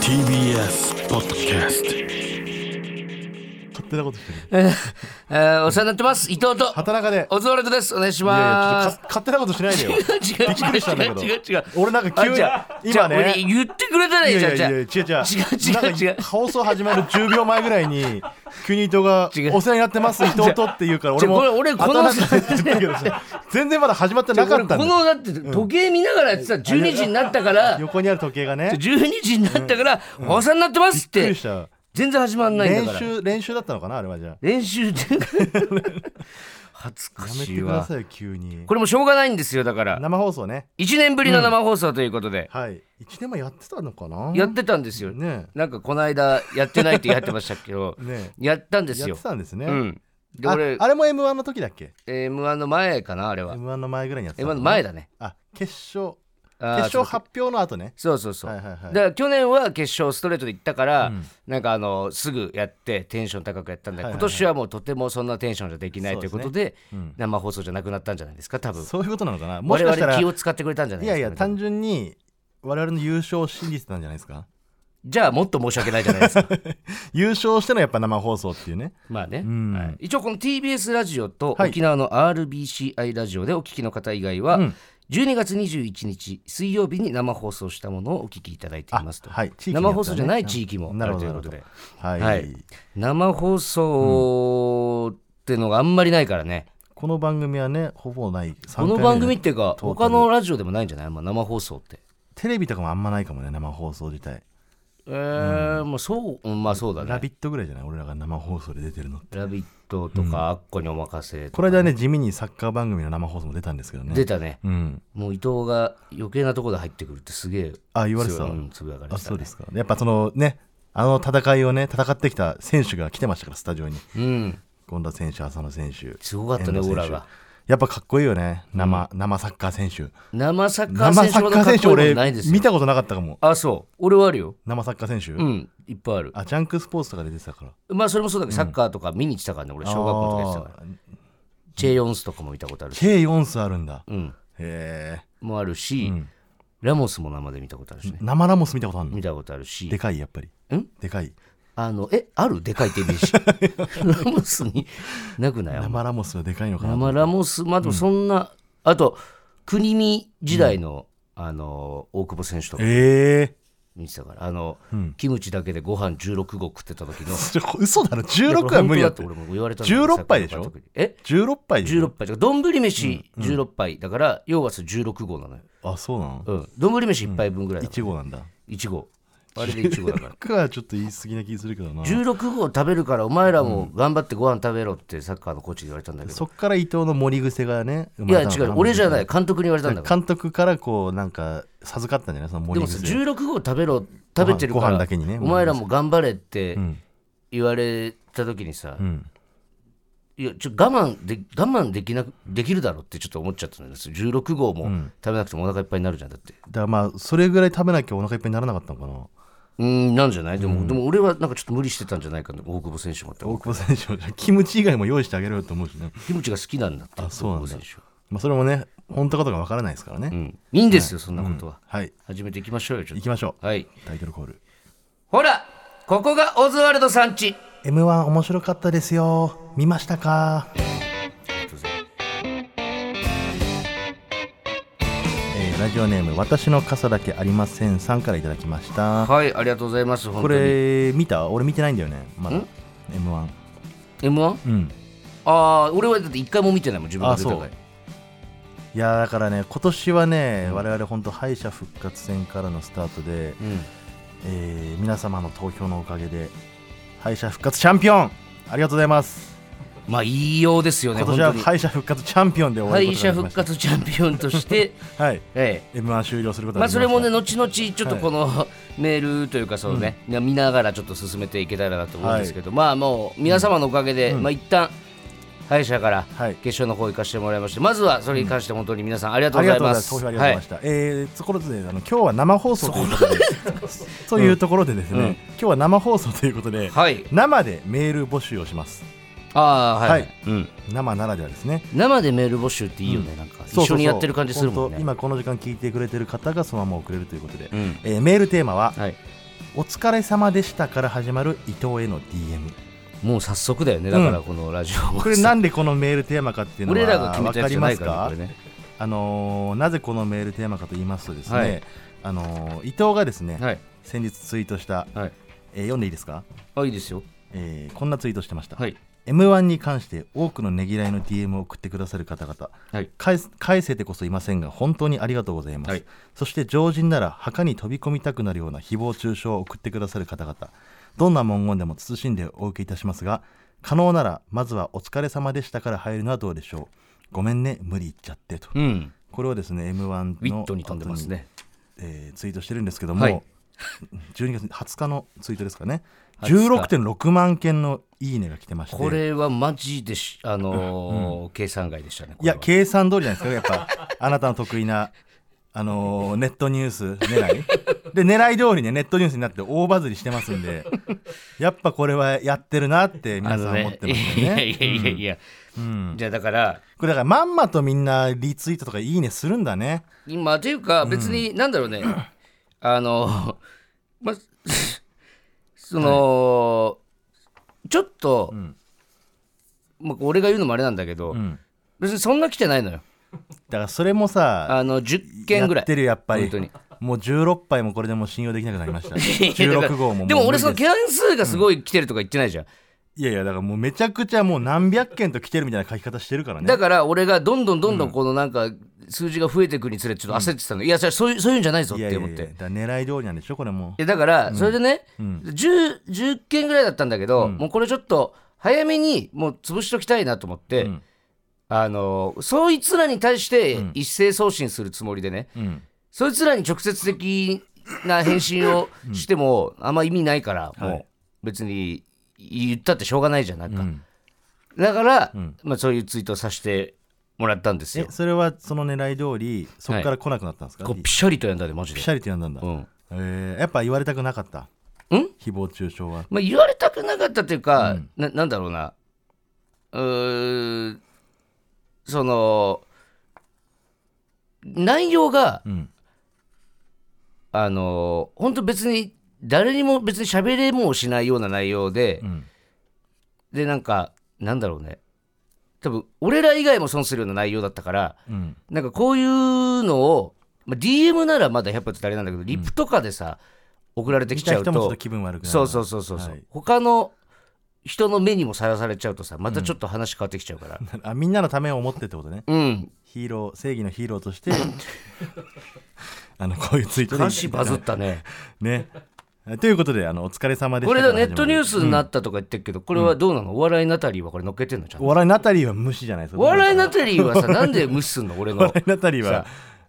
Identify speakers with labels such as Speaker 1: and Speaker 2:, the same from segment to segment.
Speaker 1: TBS ポッドキャス
Speaker 2: 勝手なことしてる
Speaker 3: えー、お世話になってます伊藤と
Speaker 2: 畑中で
Speaker 3: オズワルドですお願いし
Speaker 2: いやいやちょっ
Speaker 3: ます
Speaker 2: とか勝手なことしないでよ
Speaker 3: 違 う違う
Speaker 2: びっくりしたんだけど
Speaker 3: 違う違う違う
Speaker 2: 俺なんか急に
Speaker 3: あじゃあじゃ
Speaker 2: 今
Speaker 3: あ俺
Speaker 2: ね
Speaker 3: 言ってくれたら
Speaker 2: い
Speaker 3: いい
Speaker 2: やい
Speaker 3: じゃ
Speaker 2: や
Speaker 3: ん
Speaker 2: い
Speaker 3: じゃ
Speaker 2: や
Speaker 3: あ
Speaker 2: 違う違う
Speaker 3: 違う違う違
Speaker 2: な
Speaker 3: うん
Speaker 2: か放送始まる10秒前ぐらい に急に伊藤が
Speaker 3: 違う
Speaker 2: お世話になってます伊藤とって言うから俺も
Speaker 3: じゃあこれ俺この
Speaker 2: 畑中って言ったけどさ全然まだ始まってなかったん
Speaker 3: こ
Speaker 2: だよ
Speaker 3: のだって時計見ながらやってた12時になったから
Speaker 2: 横にある時計がね
Speaker 3: 12時になったからお世話になってますっ
Speaker 2: びっくり
Speaker 3: て
Speaker 2: した
Speaker 3: 全然始まんないん
Speaker 2: 練
Speaker 3: だから
Speaker 2: 習練習だったのかなあれはじゃ
Speaker 3: 練 習で恥ず
Speaker 2: あ
Speaker 3: か
Speaker 2: やめ
Speaker 3: してい
Speaker 2: くだ
Speaker 3: わ
Speaker 2: さいよ急に
Speaker 3: これもしょうがないんですよだから
Speaker 2: 生放送ね
Speaker 3: 1年ぶりの生放送ということで
Speaker 2: はい1年前やってたのかな
Speaker 3: やってたんですよ
Speaker 2: ね
Speaker 3: なんかこの間やってないって言ってましたけど
Speaker 2: え ね
Speaker 3: やったんで
Speaker 2: え
Speaker 3: す
Speaker 2: やっ
Speaker 3: よ
Speaker 2: てたんですね
Speaker 3: うんで
Speaker 2: あ
Speaker 3: 俺
Speaker 2: あれも M1 の時だっけ
Speaker 3: M1 の前かなあれは
Speaker 2: M1 の前ぐらいにやってた
Speaker 3: M1
Speaker 2: の
Speaker 3: の前だね
Speaker 2: あ決勝
Speaker 3: あー
Speaker 2: 決勝発表の後ね
Speaker 3: そうそうそう
Speaker 2: はいはいはい
Speaker 3: だから去年は決勝ストレートで行ったから、
Speaker 2: うん
Speaker 3: なんかあのすぐやってテンション高くやったんで、
Speaker 2: はいはいはい
Speaker 3: 今年はもうとてもそんなテンションじゃできない
Speaker 2: そう
Speaker 3: と
Speaker 2: で
Speaker 3: いう
Speaker 2: すね
Speaker 3: ことで
Speaker 2: うん
Speaker 3: 生放送じゃなくなったんじゃないですか多分
Speaker 2: そういうことなのかなも
Speaker 3: 我
Speaker 2: しかした
Speaker 3: 々
Speaker 2: ら
Speaker 3: 気
Speaker 2: い
Speaker 3: を使ってくれたんじゃないです
Speaker 2: やいや
Speaker 3: か多分
Speaker 2: 単純に我々の優勝を信じてたんじゃないですか
Speaker 3: じゃあもっと申し訳ないじゃないですか
Speaker 2: 優勝してのやっぱ生放送っていうね
Speaker 3: まあね、
Speaker 2: うん
Speaker 3: はい一応この TBS ラジオと
Speaker 2: はい
Speaker 3: 沖縄の RBCI ラジオでお聞きの方以外は、
Speaker 2: うん
Speaker 3: 12月21日水曜日に生放送したものをお聞きいただいていますと、
Speaker 2: はい地域によってはね
Speaker 3: 生放送じゃない地域もあるということで
Speaker 2: はい、
Speaker 3: はい生放送ってのがあんまりないからね、
Speaker 2: この番組はねほぼない3
Speaker 3: こ
Speaker 2: 回目
Speaker 3: の番組っていうか
Speaker 2: トータ
Speaker 3: 他
Speaker 2: ル
Speaker 3: のラジオでもないんじゃない、あんま生放送って
Speaker 2: テレビとかもあんまないかもね生放送自体
Speaker 3: えーまあそううんまあそうだ
Speaker 2: 「
Speaker 3: ね
Speaker 2: ラビット!」ぐらいじゃない俺らが生放送で出てるのって
Speaker 3: ラビット!」とか「アッコにお任せ」と
Speaker 2: こ
Speaker 3: か
Speaker 2: れ間ね地味にサッカー番組の生放送も出たんですけどね
Speaker 3: 出たね
Speaker 2: うん
Speaker 3: もう伊藤が余計なところで入ってくるってすげえ
Speaker 2: あ言われてた、
Speaker 3: うんつぶやかれてた、ね、
Speaker 2: あそうですかやっぱそのねあの戦いをね戦ってきた選手が来てましたからスタジオに
Speaker 3: うん
Speaker 2: 権田選手浅野選手
Speaker 3: すごかったね
Speaker 2: 遠藤選手
Speaker 3: オーラが
Speaker 2: やっぱかっこいいよね生,、生サッカー選手
Speaker 3: 生サッカー
Speaker 2: 生
Speaker 3: 選手
Speaker 2: サ
Speaker 3: ほ
Speaker 2: ッ
Speaker 3: ど
Speaker 2: カ
Speaker 3: か
Speaker 2: ー選
Speaker 3: っこいい
Speaker 2: 手
Speaker 3: も
Speaker 2: 俺
Speaker 3: んないですよ
Speaker 2: 見たことなかったかも
Speaker 3: あそう俺はあるよ
Speaker 2: 生サッカー選手、
Speaker 3: うんいっぱいある
Speaker 2: あジャンクスポーツとかで出てたから
Speaker 3: まあそれもそうだけどサッカーとか見に行ってたからね俺小学校の時やってたからチェ・ヨンスとかも見たことあるし、
Speaker 2: 計4数あるんだ、
Speaker 3: うん、
Speaker 2: へ
Speaker 3: もある
Speaker 2: え、
Speaker 3: し、
Speaker 2: うん
Speaker 3: ラモスも生で見たことあるしね、
Speaker 2: 生ラモス見たことあるの
Speaker 3: 見たことあるし
Speaker 2: でかいやっぱり
Speaker 3: ん
Speaker 2: でかい
Speaker 3: あのえあるでかいテレ ビしラモスになくない
Speaker 2: 生ラモスはでかいのかな
Speaker 3: 生ラモスまあでもそんな、あと国見時代の、あの大久保選手とか
Speaker 2: え
Speaker 3: 見てたからあの、
Speaker 2: うん
Speaker 3: キムチだけでご飯16合食ってた時の
Speaker 2: え 嘘だろ16は無理だって
Speaker 3: いやこれ本当だって俺も言われたん
Speaker 2: 16杯でしょ
Speaker 3: サッカーの時にえ
Speaker 2: 16杯でしょ
Speaker 3: 16杯だから丼飯16杯だから、要はそれ16合なのよ
Speaker 2: あそうなの
Speaker 3: うん丼飯1杯分ぐらいだから
Speaker 2: 1号なんだ
Speaker 3: 1合あれで1合だ から
Speaker 2: 僕はちょっと言い過ぎな気するけどな
Speaker 3: 16号食べるからお前らも頑張ってご飯食べろってサッカーのコーチに言われたんだけど、
Speaker 2: そっから伊藤の盛り癖がね生
Speaker 3: い
Speaker 2: ま
Speaker 3: や
Speaker 2: れたの
Speaker 3: 違
Speaker 2: かな
Speaker 3: う俺じゃない監督に言われたんだから
Speaker 2: 監督からこうなんか授かったんじゃないその
Speaker 3: で
Speaker 2: 盛
Speaker 3: も
Speaker 2: り
Speaker 3: さ
Speaker 2: 癖
Speaker 3: 16号食べろ食べてるから
Speaker 2: ご飯だけにね
Speaker 3: お前らも頑張れって
Speaker 2: ん
Speaker 3: 言われた時にさ、
Speaker 2: うん
Speaker 3: いやちょ我慢で我慢できなくできるだろうってちょっと思っちゃったんですよ16号も食べなくてもお腹いっぱいになるじゃんだって
Speaker 2: だからまあそれぐらい食べなきゃお腹いっぱいにならなかったのかな
Speaker 3: うんなんじゃないでも、でも俺はなんかちょっと無理してたんじゃないかな大久保選手もって
Speaker 2: 大久保選手もじゃあ キムチ以外も用意してあげろよと思うしね、
Speaker 3: キムチが好きなんだって
Speaker 2: あそうなんだ
Speaker 3: 大久保選手は
Speaker 2: まあ、それもね本当かどうかわからないですからね、
Speaker 3: うんいいんですよ、そんなことは、
Speaker 2: はい
Speaker 3: 始めていきましょうよちょっ
Speaker 2: 行
Speaker 3: と
Speaker 2: きましょう、
Speaker 3: はい
Speaker 2: タイトルコール
Speaker 3: ほらここがオズワルドさん地
Speaker 2: m 1面白かったですよ見ましたかえーラジオネーム「私の傘だけありません」さんからいただきました
Speaker 3: はいありがとうございます本
Speaker 2: こ
Speaker 3: 当に
Speaker 2: れ見た俺見てないんだよねまだ
Speaker 3: ん
Speaker 2: m 1
Speaker 3: M1?
Speaker 2: うん
Speaker 3: ああ俺はだって一回も見てないもん自分が出たか
Speaker 2: あ
Speaker 3: ら
Speaker 2: いやーだからね今年はね、我々本当敗者復活戦からのスタートで、
Speaker 3: うん
Speaker 2: えー皆様の投票のおかげで敗者復活チャンピオンありがとうございます
Speaker 3: まあいいようですよね
Speaker 2: 今
Speaker 3: 本
Speaker 2: 年
Speaker 3: 当
Speaker 2: は
Speaker 3: に
Speaker 2: 敗者復活チャンピオンで終わること
Speaker 3: 敗
Speaker 2: が
Speaker 3: 者
Speaker 2: できま
Speaker 3: 復
Speaker 2: した
Speaker 3: 活チャンピオンとして、
Speaker 2: はい
Speaker 3: え
Speaker 2: m 1終了するこ
Speaker 3: え
Speaker 2: とが
Speaker 3: まあ
Speaker 2: でき
Speaker 3: そ
Speaker 2: まし
Speaker 3: れ
Speaker 2: た
Speaker 3: もね後々ちょっとこの、 メールというかそのね、見ながらちょっと進めていけたらなと思うんですけど、まあもう皆様のおかげで、まあ一旦敗者から
Speaker 2: はい
Speaker 3: 決勝の方行かせてもらいまして、まずはそれに関して本当に皆さんありがとう
Speaker 2: あ
Speaker 3: ご
Speaker 2: り
Speaker 3: ざ
Speaker 2: が
Speaker 3: い
Speaker 2: とうございます投票あ
Speaker 3: ます。
Speaker 2: りがとうございました、えー、ところであの今日は生放送ということでというところでですね、
Speaker 3: うん
Speaker 2: 今日は生放送ということで、
Speaker 3: はい、はい
Speaker 2: 生でメール募集をします
Speaker 3: ああはい、
Speaker 2: はい
Speaker 3: うん、
Speaker 2: 生ならではですね
Speaker 3: 生でメール募集っていいよね、なんか一緒にやってる感じするもん
Speaker 2: 本
Speaker 3: ね
Speaker 2: 当今この時間聞いてくれてる方がそのまま送れるということで、
Speaker 3: うん
Speaker 2: えーメールテーマは
Speaker 3: はい、
Speaker 2: 「お疲れ様でした」から始まる伊藤への DM
Speaker 3: もう早速だよねだからこのラジオ、
Speaker 2: これなんでこのメールテーマかっていうの
Speaker 3: 俺ら
Speaker 2: は
Speaker 3: が決め
Speaker 2: 分
Speaker 3: たや
Speaker 2: か
Speaker 3: つじ
Speaker 2: り
Speaker 3: ゃな
Speaker 2: ま
Speaker 3: い
Speaker 2: す
Speaker 3: から
Speaker 2: か
Speaker 3: ねこれね
Speaker 2: あのーなぜこのメールテーマかと言いますとですね、
Speaker 3: はい
Speaker 2: あのー伊藤がですね、
Speaker 3: はい
Speaker 2: 先日ツイートした、
Speaker 3: はい
Speaker 2: えー読んでいいですか、
Speaker 3: あいいですよ
Speaker 2: えーこんなツイートしてました、
Speaker 3: はい
Speaker 2: m 1に関して多くのねぎらいの DM を送ってくださる方々
Speaker 3: はい
Speaker 2: 返す返せてこそいませんが本当にありがとうございます、
Speaker 3: はい
Speaker 2: そして常人なら墓に飛び込みたくなるような誹謗中傷を送ってくださる方々どんな文言でも慎んでお受けいたしますが可能ならまずは「お疲れ様でした」から入るのはどうでしょうごめんね無理言っちゃってと、
Speaker 3: うん
Speaker 2: これをですね m 1の
Speaker 3: ウィットに飛んでますね
Speaker 2: 後に、えーツイートしてるんですけども、
Speaker 3: はい
Speaker 2: 12月20日のツイートですかね
Speaker 3: 20日
Speaker 2: 16.6万件の「いいね」が来てまして
Speaker 3: これはマジでし、あのー計算外でしたね。こ
Speaker 2: い
Speaker 3: れは
Speaker 2: や、計算通りじゃないですか、やっぱ、 あなたの得意な、あのーネットニュース狙い。で、狙い通りね、ネットニュースになって大バズりしてますんで、やっぱこれはやってるなって皆
Speaker 3: あ
Speaker 2: さ
Speaker 3: の
Speaker 2: ん
Speaker 3: ね
Speaker 2: 思ってます
Speaker 3: い
Speaker 2: よ
Speaker 3: や
Speaker 2: ね。
Speaker 3: いやいやいや、じゃあだから、
Speaker 2: これだから、まんまとみんなリツイートとかいいねするんだね。
Speaker 3: 今というか別になんだろ うね、あの まその、ちょっと、まあ、俺が言うのもあれなんだけど、
Speaker 2: ん
Speaker 3: 別にそんな来てないのよ
Speaker 2: だから、それもさ、
Speaker 3: あの10件ぐら
Speaker 2: や
Speaker 3: い
Speaker 2: って るよやっぱり
Speaker 3: 本当に。
Speaker 2: もう16杯もこれでもう信用できなくなりま した。
Speaker 3: いやだから
Speaker 2: 16号ももう無理す。
Speaker 3: でも俺その件数がすごい来てるとか言ってないじゃん、
Speaker 2: いやいや、だからもうめちゃくちゃもう何百件と来てるみたいな書き方してるからね。
Speaker 3: だから俺がどんどんどんどんこのなんか数字が増えていくにつれてちょっと焦ってたの、いやそれそういうそういうんじゃないぞっ
Speaker 2: いやい
Speaker 3: て
Speaker 2: やい
Speaker 3: 思っ
Speaker 2: や
Speaker 3: て
Speaker 2: だから狙い通りなんでしょ、これも
Speaker 3: い。やだからそれでね、10, 10件ぐらいだったんだけど、もうこれちょっと早めにもう潰しときたいなと思って、
Speaker 2: ん
Speaker 3: あのそいつらに対して一斉送信するつもりでね、
Speaker 2: うん
Speaker 3: そいつらに直接的な返信をしてもあんま意味ないから、もう別に言ったってしょうがないじゃんなんか、
Speaker 2: ん
Speaker 3: だから、まあ、そういうツイートさせてもらったんです
Speaker 2: え
Speaker 3: よ
Speaker 2: それはその狙い通りそこから来なくなったんですか、
Speaker 3: こうピシャリとやんだでマジで
Speaker 2: ピシャリとやんだんだ、
Speaker 3: うん
Speaker 2: えーやっぱ言われたくなかった
Speaker 3: ん
Speaker 2: 誹謗中傷は
Speaker 3: まあ、言われたくなかったというか、ななんだろうなうーその内容が、
Speaker 2: ん
Speaker 3: あの本当別に誰にも別に喋れもしないような内容で、
Speaker 2: ん
Speaker 3: でなんかなんだろうね多分俺ら以外も損するような内容だったから
Speaker 2: うん
Speaker 3: なんかこういうのを、まあ、DM ならまだ100発誰なんだけどリプとかでさ、送られてき
Speaker 2: 来
Speaker 3: ちゃ
Speaker 2: た
Speaker 3: うと
Speaker 2: 人もちょっと気分悪くなる
Speaker 3: そうそうそうそうそう、
Speaker 2: はい
Speaker 3: 他の人の目にもさらされちゃうとさまたちょっと話変わってきちゃ うから
Speaker 2: あみんなのためを思ってってことね
Speaker 3: うん、
Speaker 2: ヒーロー正義のヒーローと してあのこういうツイートで
Speaker 3: 歌詞バズっ たね
Speaker 2: ねということであのお疲れ様でし
Speaker 3: こ
Speaker 2: た
Speaker 3: れ
Speaker 2: から始ま
Speaker 3: でネ
Speaker 2: る
Speaker 3: ットニュースになったとか言ってるけどこれはどうなのお笑いナタリーはこれ乗っけてんのちゃん
Speaker 2: お
Speaker 3: と
Speaker 2: 笑いナタリーは無視じゃないですか
Speaker 3: お笑いナタリーはさなんで無視すんの 俺
Speaker 2: お
Speaker 3: の
Speaker 2: 笑いナタリーは
Speaker 3: さ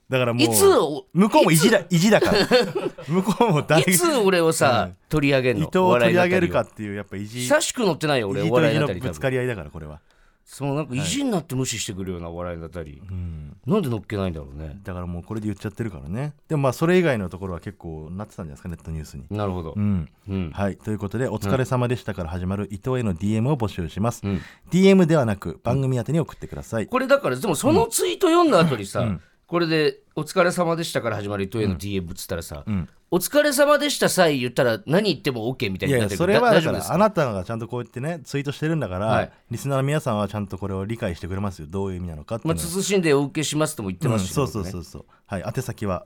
Speaker 2: だからもう
Speaker 3: いつお
Speaker 2: 向こうも意地だ意地だから 向こうも誰が
Speaker 3: いつ俺をさ取り上げん
Speaker 2: 伊
Speaker 3: の
Speaker 2: 藤
Speaker 3: お
Speaker 2: を取
Speaker 3: 笑い
Speaker 2: り
Speaker 3: ナ
Speaker 2: 上
Speaker 3: タリー
Speaker 2: げ
Speaker 3: を
Speaker 2: るかっていうやっぱ意地
Speaker 3: 久しく乗ってないよ俺
Speaker 2: 意地と
Speaker 3: お笑
Speaker 2: 意地
Speaker 3: いナ
Speaker 2: の
Speaker 3: タリー
Speaker 2: ぶ
Speaker 3: 多
Speaker 2: つか
Speaker 3: 分
Speaker 2: り合いだからこれは
Speaker 3: そうなんか意地になって無視してくるようなお笑いナタリー、なんで乗っけないんだろうね
Speaker 2: だからもうこれで言っちゃってるからねでもまあそれ以外のところは結構なってたんじゃないですかネットニュースに
Speaker 3: なるほど
Speaker 2: う、ん
Speaker 3: うん
Speaker 2: はいということで「お疲れ様でした」から始まる伊藤への DM を募集します、
Speaker 3: うん
Speaker 2: DM ではなく番組宛てに送ってください、
Speaker 3: これだからでもそのツイート読んだ後にさ、これで「お疲れ様でした」から始まる伊藤への DM っつったらさ、お疲れ様でした」さえ言ったら何言っても OK みたい
Speaker 2: いや
Speaker 3: に
Speaker 2: い
Speaker 3: な
Speaker 2: や
Speaker 3: ってる
Speaker 2: それはだ
Speaker 3: 大
Speaker 2: か
Speaker 3: 丈夫です
Speaker 2: らあなたがちゃんとこうやってねツイートしてるんだから、
Speaker 3: はい
Speaker 2: リスナーの皆さんはちゃんとこれを理解してくれますよどういう意味なのかっていう
Speaker 3: まあ、
Speaker 2: のは
Speaker 3: 慎んでお受けしますとも言って
Speaker 2: う
Speaker 3: ま
Speaker 2: ん
Speaker 3: すし、
Speaker 2: そうそうそうそう、はい、宛先は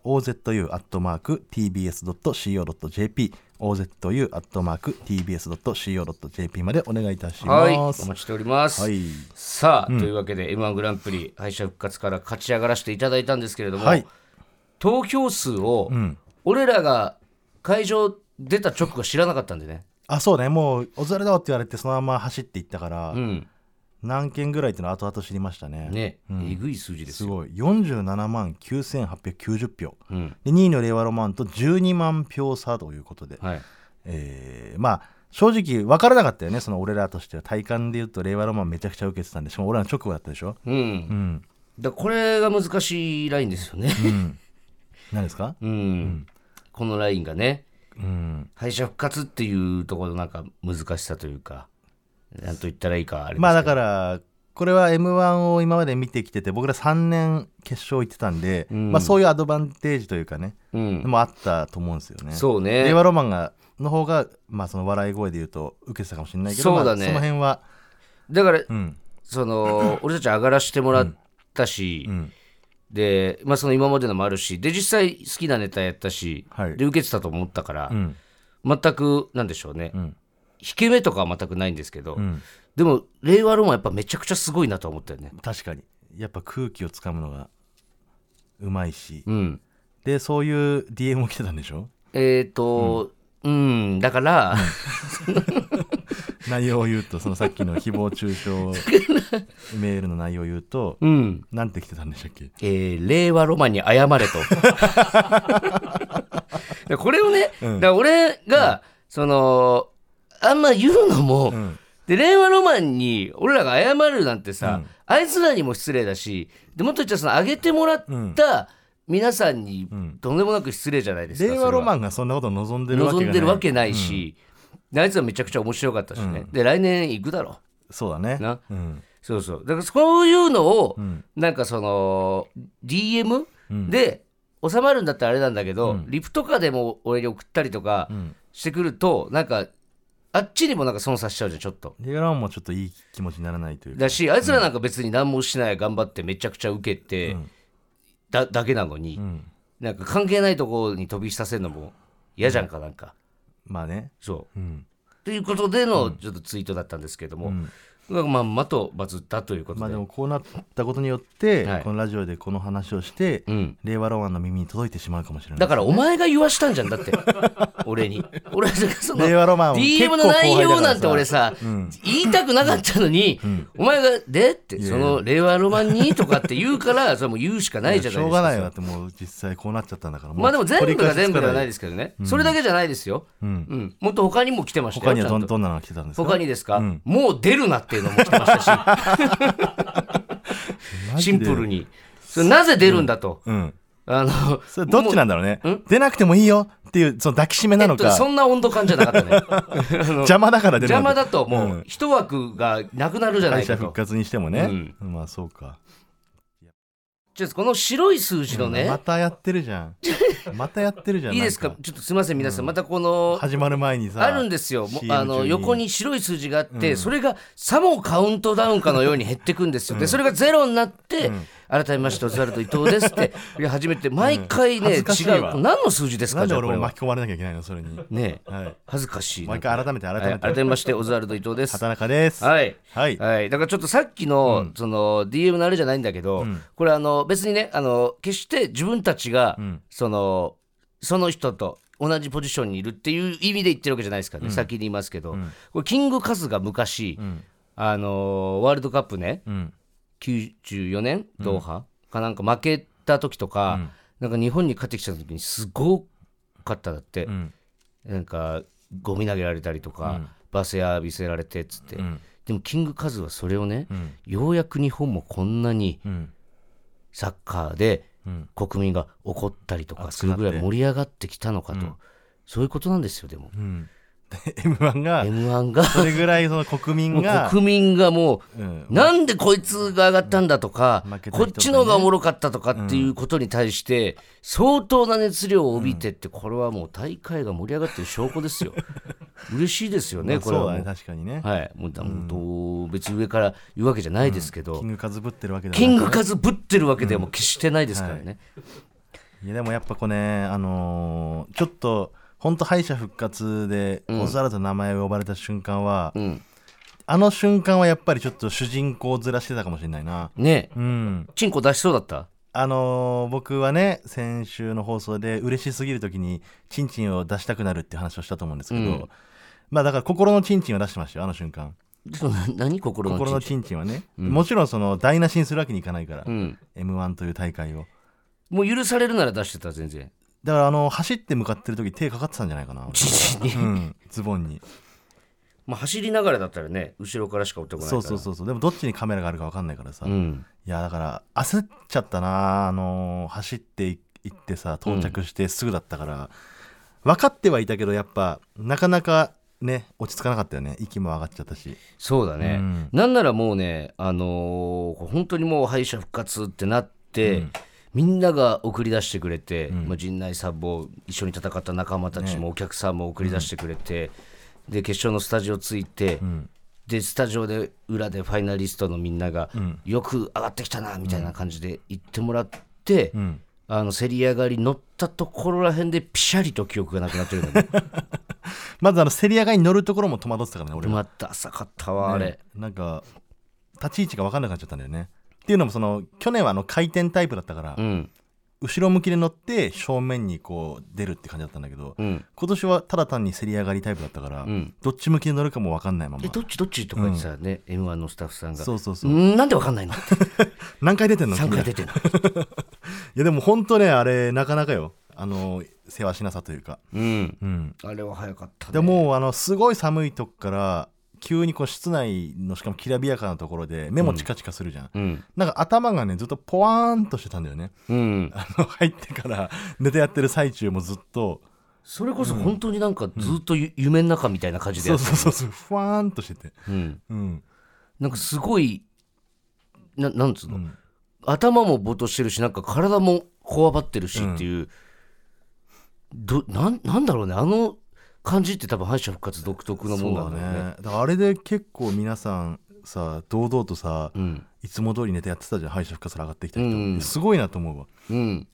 Speaker 2: ozu.tbs.co.jp ozu.tbs.co.jp までお願いいたしま
Speaker 3: はい、お
Speaker 2: す、
Speaker 3: 待ちしております。
Speaker 2: はい
Speaker 3: さあ、というわけで m 1グランプリ敗者復活から勝ち上がらせていただいたんですけれども、
Speaker 2: はい
Speaker 3: 投票数を、俺らが会場出た直後は知らなかったんでね、
Speaker 2: あそうねもう「お疲れだ」って言われてそのまま走っていったから、
Speaker 3: うん
Speaker 2: 何件ぐらいっていうのは後々知りましたね
Speaker 3: ねえぐい数字です
Speaker 2: す
Speaker 3: よ。
Speaker 2: ごい47万9890票、
Speaker 3: ん
Speaker 2: で2位の令和ロマンと12万票差ということで、
Speaker 3: はい、
Speaker 2: えーまあ正直分からなかったよねその俺らとしては体感で言うと令和ロマンめちゃくちゃ受けてたんでしかも俺らの直後だったでしょ
Speaker 3: うんだからこれが難しいラインですよね、
Speaker 2: 何ですか
Speaker 3: うんこのラインがね
Speaker 2: うん
Speaker 3: 敗者復活っていうところのなんか難しさというかなんと言ったらいいかあれですけど
Speaker 2: まあだからこれは m 1を今まで見てきてて僕ら3年決勝行ってたんで、
Speaker 3: うん
Speaker 2: まあ、そういうアドバンテージというかね、
Speaker 3: うん
Speaker 2: もあったと思うんですよね。
Speaker 3: そうね
Speaker 2: 令和ロマンがの方が、まあ、その笑い声で言うと受けてたかもしれないけど
Speaker 3: そうだね
Speaker 2: まあその辺は、
Speaker 3: だから
Speaker 2: うん
Speaker 3: その俺たち上がらせてもらったし、
Speaker 2: うん
Speaker 3: で、まあ、その今までのもあるしで実際好きなネタやったし、
Speaker 2: はい
Speaker 3: で受けてたと思ったから、
Speaker 2: うん
Speaker 3: 全くなんでしょうね、
Speaker 2: うん
Speaker 3: 引け目とかは全くないんですけど、
Speaker 2: うん、
Speaker 3: でも令和ロマンやっぱめちゃくちゃすごいなと思ったよね
Speaker 2: 確かにやっぱ空気をつかむのがうまいし、
Speaker 3: うん
Speaker 2: でそういう DM を来てたんでしょ
Speaker 3: えっ、とうん、だから
Speaker 2: 内容を言うとそのさっきの誹謗中傷 メールの内容を言うと、
Speaker 3: うん
Speaker 2: なんて来てたんでしたっけ
Speaker 3: えー令和ロマンに謝 れとこれをね、
Speaker 2: うん
Speaker 3: だから俺が、そのあんま言うのも、
Speaker 2: ん
Speaker 3: で令和ロマンに俺らが謝るなんてさ、
Speaker 2: うん
Speaker 3: あいつらにも失礼だしでもっと言ったらその上げてもらった皆さんに
Speaker 2: ん
Speaker 3: とんでもなく失礼じゃないですか、
Speaker 2: 令和ロマ
Speaker 3: ン
Speaker 2: ンがそんなことを望んでるわけがない
Speaker 3: 望んでるわけないし、であいつはめちゃくちゃ面白かったしね、で来年行くだろ
Speaker 2: そうだね
Speaker 3: な
Speaker 2: うん
Speaker 3: そうそうだからそういうのを、
Speaker 2: うん
Speaker 3: なんかその DM で収まるんだったらあれなんだけど、リプとかでも俺に送ったりとか
Speaker 2: うん
Speaker 3: してくると、なんかあっちにもなんか損させちゃうじゃんちょっと
Speaker 2: 令和ロマンもちょっといい気持ちにならないというか
Speaker 3: だしあいつらなんか別に何もしない頑張ってめちゃくちゃ受けて、
Speaker 2: うん
Speaker 3: だだけなのに、
Speaker 2: うん
Speaker 3: なんか関係ないところに飛び火させるのも嫌じゃんかなんか、
Speaker 2: まあね
Speaker 3: そう
Speaker 2: うん
Speaker 3: ということでのちょっとツイートだったんですけども、まんまとバズったということで、
Speaker 2: まあでもこうなったことによって、
Speaker 3: はい
Speaker 2: このラジオでこの話をして、
Speaker 3: うん
Speaker 2: 令和ロマンの耳に届いてしまうかもしれない
Speaker 3: だからお前が言わしたんじゃんだって 俺に俺はその
Speaker 2: 令和ロマンも結
Speaker 3: DM
Speaker 2: 構
Speaker 3: の内容なん
Speaker 2: 後
Speaker 3: て
Speaker 2: 輩
Speaker 3: 俺
Speaker 2: だか
Speaker 3: さ、言いたくなかったのに、お前が「で?」って「その令和ロマンに」とかって言うから それもう言うしかないじゃ
Speaker 2: し
Speaker 3: ない
Speaker 2: ょ
Speaker 3: で
Speaker 2: う
Speaker 3: す
Speaker 2: が
Speaker 3: か
Speaker 2: ないよだってもう実際こうなっちゃったんだから
Speaker 3: まあでも全部が全部ではない
Speaker 2: で
Speaker 3: ですけどね、それだけじゃないですよ、うんもっと他にも来てました
Speaker 2: 他
Speaker 3: よ
Speaker 2: には
Speaker 3: ちゃ
Speaker 2: ど
Speaker 3: ん
Speaker 2: ん
Speaker 3: と
Speaker 2: どんなのが来てたんですか
Speaker 3: 他にですか、
Speaker 2: うん
Speaker 3: もう出るなっていうのも来て ましたしシンプルにそれなぜ出るんだと、
Speaker 2: うん
Speaker 3: あの
Speaker 2: それどっちなんだろうね出なくてもいいよっていうその抱きしめなの
Speaker 3: えっ
Speaker 2: か
Speaker 3: とそんな温度感じゃなか ったね
Speaker 2: 邪魔だから出る
Speaker 3: 邪
Speaker 2: のか
Speaker 3: 魔だともう一枠がなくなるじゃな
Speaker 2: 会
Speaker 3: い
Speaker 2: 社
Speaker 3: か
Speaker 2: 復
Speaker 3: と。
Speaker 2: 活にしてもねまあそうか
Speaker 3: ちょっとこの白い数字の
Speaker 2: ま
Speaker 3: ね、
Speaker 2: たやってるじ ゃんまたやってるじゃん
Speaker 3: いいですか
Speaker 2: なん、
Speaker 3: ちょっとすみません、皆さん、またこの、
Speaker 2: 始まる前にさ
Speaker 3: あるんですよ、も
Speaker 2: CM
Speaker 3: あの
Speaker 2: 中に
Speaker 3: 横に白い数字があって、それがさもカウントダウンかのように減ってくんですよ、でそれがゼロになって、改めまして、オズワルド伊藤で すって、いや初めて、毎回ね、
Speaker 2: 恥ず
Speaker 3: 違
Speaker 2: かしいうわ、
Speaker 3: 何の数字です
Speaker 2: な
Speaker 3: か、
Speaker 2: ん
Speaker 3: じ
Speaker 2: で
Speaker 3: ゃあこ
Speaker 2: 俺
Speaker 3: れ
Speaker 2: も
Speaker 3: は
Speaker 2: 巻。き込まれなきゃいけないのそれに
Speaker 3: ねえ
Speaker 2: はい
Speaker 3: 恥ずかしいな。
Speaker 2: 毎回改めて改
Speaker 3: はい
Speaker 2: め
Speaker 3: 改
Speaker 2: て
Speaker 3: めまして、オズワルド伊 藤です。
Speaker 2: 畑中です
Speaker 3: はい
Speaker 2: はい
Speaker 3: はい、だからちょっとさっきの,、その DM のあれじゃないんだけど、これあの別にねあの決して自分たちが、そのその人と同じポジションにいるっていう意味で言ってるわけじゃないですからね、先に言いますけど、これキングカズが昔、あのワールドカップね
Speaker 2: うん
Speaker 3: 94年ドーハかなんか負けた時とか、なんか日本に帰ってきた時にすごかったんだって、
Speaker 2: ん
Speaker 3: なんかゴミ投げられたりとか、罵声浴びせられてっつって。
Speaker 2: うん
Speaker 3: でもキングカズはそれをね、
Speaker 2: ん
Speaker 3: ようやく日本もこんなに
Speaker 2: うん
Speaker 3: サッカーで
Speaker 2: うん
Speaker 3: 国民が怒ったりとかするぐらい盛り上がってきたのかと、そういうことなんですよでも、
Speaker 2: うん M1 が
Speaker 3: m 1が
Speaker 2: それぐらいその国民
Speaker 3: も う
Speaker 2: が
Speaker 3: 国民がもう、
Speaker 2: うん
Speaker 3: なんでこいつが上がったんだとか、
Speaker 2: 負けた人と
Speaker 3: こ
Speaker 2: か
Speaker 3: っ
Speaker 2: ね
Speaker 3: ちの方がおもろかったとかっていうことに対して、相当な熱量を帯びてって、これはもう大会が盛り上がってる証拠ですよ嬉しいですよね、
Speaker 2: まあ
Speaker 3: これ
Speaker 2: そう
Speaker 3: は
Speaker 2: だ
Speaker 3: も
Speaker 2: ね
Speaker 3: う。
Speaker 2: 確かにね
Speaker 3: はい、もうだもうどう別に上から言うわけじゃないですけど、
Speaker 2: キングカズぶってるわけだ
Speaker 3: キングカズぶってるわけでも決してないですからね。
Speaker 2: いやでもやっぱこれねあのーちょっと本当敗者復活でオズワルドの名前を呼ばれた瞬間は、
Speaker 3: ん
Speaker 2: あの瞬間はやっぱりちょっと主人公ずらしてたかもしれないな
Speaker 3: ねえ、
Speaker 2: うん
Speaker 3: チンコ出しそうだった
Speaker 2: あのー僕はね先週の放送で嬉しすぎる時にチンチンを出したくなるって話をしたと思うんですけど、
Speaker 3: うん
Speaker 2: まあだから心のチンチンを出してましたよあの瞬間
Speaker 3: その 何心のチン
Speaker 2: 心の
Speaker 3: ン
Speaker 2: チンチンはね、もちろんその台無しにするわけにいかないから、
Speaker 3: うん。
Speaker 2: m 1という大会を
Speaker 3: もう許されるなら出してた、全然。
Speaker 2: だからあの走って向かってる時手かかってたんじゃないか な俺
Speaker 3: チンチンに。
Speaker 2: うん、ズボンに
Speaker 3: まあ、走りながらだったらね、後ろからしか追ってこないか
Speaker 2: そ
Speaker 3: ら。
Speaker 2: うそうそうそうでもどっちにカメラがあるか分かんないからさ、
Speaker 3: う
Speaker 2: い
Speaker 3: ん。
Speaker 2: やだから焦っちゃったなあのー走ってい行ってさ到着してすぐだったから、分かってはいたけどやっぱなかなかね落ち着かなかったよね息も上がっちゃったし
Speaker 3: そうだね、
Speaker 2: うん
Speaker 3: なんならもうね、あのー本当にもう敗者復活ってなって、みんなが送り出してくれて、まあ、陣内さんも一緒に戦った仲間たちもお客さんも送り出してくれて、で決勝のスタジオ着いて、でスタジオで裏でファイナリストのみんなが、よく上がってきたなみたいな感じで言ってもらって。あの競り上がり乗ったところらへんでピシャリと記憶がなくなってるの ね
Speaker 2: まずあの競り上がりに乗るところも戸惑ってたからね俺は
Speaker 3: また浅かったわあれ、
Speaker 2: なんか立ち位置が分かんなくなっちゃったんだよねっていうのもその去年はあの回転タイプだったから、
Speaker 3: うん
Speaker 2: 後ろ向きで乗って正面にこう出るって感じだったんだけど、
Speaker 3: うん
Speaker 2: 今年はただ単に競り上がりタイプだったから、
Speaker 3: ん
Speaker 2: どっち向きで乗るかも分かんないまま
Speaker 3: えどっちどっちとか言ってさね、M1 のスタッフさんが
Speaker 2: そうそうそう、
Speaker 3: んなんでわかんないのって
Speaker 2: 何回出てんの
Speaker 3: 3
Speaker 2: 君
Speaker 3: 回出 てるの
Speaker 2: いやでも本当ねあれなかなかよあの世話しなさというか、
Speaker 3: うん
Speaker 2: うん、
Speaker 3: あれは早かったね
Speaker 2: でもうあのすごい寒いとこから急にこう室内のしかもきらびやかなところで目もチカチカするじゃん、
Speaker 3: うん
Speaker 2: なんか頭がねずっとポワーンとしてたんだよね
Speaker 3: うん
Speaker 2: あの入ってからネタやってる最中もずっと
Speaker 3: それこそ本当になんかずっとゆ夢の中みたいな感じで
Speaker 2: そ
Speaker 3: や
Speaker 2: う
Speaker 3: って
Speaker 2: そうそうそうふわーんとしてて、
Speaker 3: うん
Speaker 2: うん
Speaker 3: なんかすごいななんつう
Speaker 2: う
Speaker 3: の、
Speaker 2: ん
Speaker 3: 頭もぼーっとしてるしなんか体もこわばってるしっていう、どなんなんだろうねあの感じって多分敗者復活独特のも
Speaker 2: そ
Speaker 3: ん
Speaker 2: う
Speaker 3: な
Speaker 2: だ
Speaker 3: ん
Speaker 2: ね
Speaker 3: だよね
Speaker 2: だからあれで結構皆さんさ堂々とさ、
Speaker 3: うん
Speaker 2: いつも通りネタやってたじゃん敗者復活から上がってきた人、
Speaker 3: うん
Speaker 2: すごいなと思うわ
Speaker 3: うん、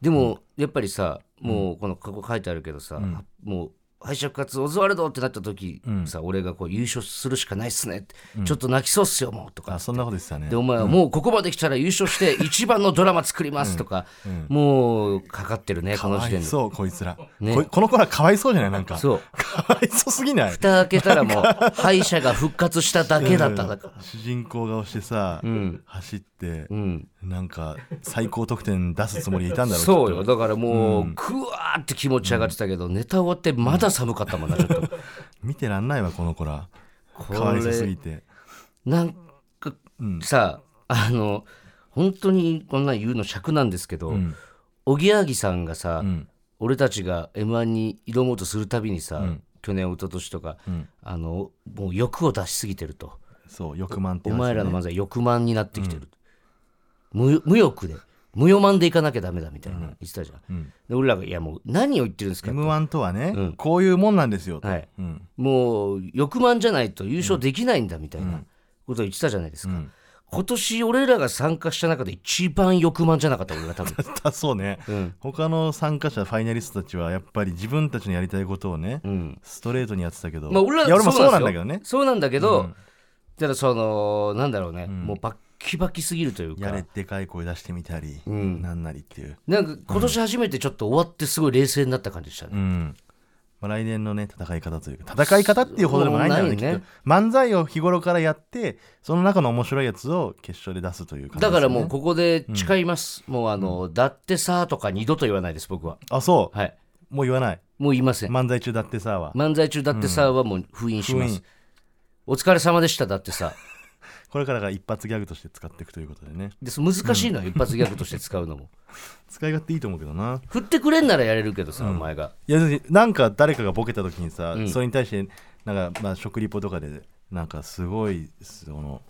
Speaker 3: でも、やっぱりさもうこの過去書いてあるけどさ、もう敗者復活オズワルドってなった時、さ俺がこう優勝するしかないっすねって、ちょっと泣きそうっすよもうとか
Speaker 2: あそんなこと言ってたね
Speaker 3: でお前はもうここまで来たら優勝して一番のドラマ作りますとか、もうかかってるねこ
Speaker 2: か
Speaker 3: の
Speaker 2: わ
Speaker 3: 時点
Speaker 2: い
Speaker 3: で。
Speaker 2: そうこいつら、
Speaker 3: ね
Speaker 2: こいこの子らかわいそうじゃないなんか
Speaker 3: そう
Speaker 2: かわいそうすぎない
Speaker 3: 蓋開けたらもう敗者が復活しただけだったんだから。
Speaker 2: 主人公顔してさ、走って、
Speaker 3: うん
Speaker 2: なんか最高得点出すつもりでいたんだろう
Speaker 3: そう
Speaker 2: き
Speaker 3: よ
Speaker 2: っ
Speaker 3: だからもうくわーって気持ち上がってたけど、ネタ終わってまだ寒かったもんなち ょっと。
Speaker 2: と見てらんないわこの子ら
Speaker 3: こ
Speaker 2: かわいそうすぎて
Speaker 3: なんかさ、あの本当にこんなん言うの尺なんですけど、おぎやはぎさんがさ、
Speaker 2: ん
Speaker 3: 俺たちが m 1に挑もうとするたびにさ、去年一昨年とか、あのもう欲を出しすぎてると、
Speaker 2: そう欲満って
Speaker 3: お
Speaker 2: 言わ
Speaker 3: 前
Speaker 2: れて
Speaker 3: らの漫才欲満になってきてる、無無欲で無欲満でいかなきゃダメだみたいな言ってたじゃん、で俺らが「いやもう何を言ってるんですか」
Speaker 2: m 1とはね、こういうもんなんですよと、
Speaker 3: はい
Speaker 2: うん
Speaker 3: もう欲満じゃないと優勝できないんだみたいなことを言ってたじゃないですか、今年俺らが参加した中で一番欲満じゃなかった俺が多 分
Speaker 2: だそうね、
Speaker 3: ん
Speaker 2: 他の参加者ファイナリストたちはやっぱり自分たちのやりたいことをね、
Speaker 3: ん
Speaker 2: ストレートにやってたけど、
Speaker 3: まあ俺ら
Speaker 2: いや俺もそうなん
Speaker 3: で
Speaker 2: だ
Speaker 3: す
Speaker 2: け
Speaker 3: よ
Speaker 2: どね
Speaker 3: そうなんだけど、ただそのなんだろうね、もうバッキバキすぎるという
Speaker 2: やれ
Speaker 3: か
Speaker 2: でかい声出してみたり、
Speaker 3: ん
Speaker 2: なんなりっていう、
Speaker 3: なんか今年初めてちょっと終わってすごい冷静になった感じでしたね、
Speaker 2: うんまあ、来年のね戦い方というか戦い方っていうほどでもないんだろうね
Speaker 3: そうないね
Speaker 2: きっと漫才を日頃からやってその中の面白いやつを決勝で出すという感じです
Speaker 3: だ
Speaker 2: ね、
Speaker 3: からもうここで誓います、もうあの「だってさ」とか二度と言わないです僕は
Speaker 2: あそう、
Speaker 3: はい
Speaker 2: もう言わない
Speaker 3: もう言いません
Speaker 2: 漫才中だってさは、
Speaker 3: 漫才中だってさはもう封印しま
Speaker 2: 封
Speaker 3: す
Speaker 2: 印。
Speaker 3: お疲れ様でしただってさ。
Speaker 2: これからが一発ギャグとして使っていくということでね
Speaker 3: でそ難しいのよ、一発ギャグとして使うのも。
Speaker 2: 使い勝手いいと思うけどな
Speaker 3: 振ってくれんならやれるけどさ、お前が。
Speaker 2: いやだってなんか誰かがボケた時にさ、それに対してなんかまあ食リポとかでなんかすごいその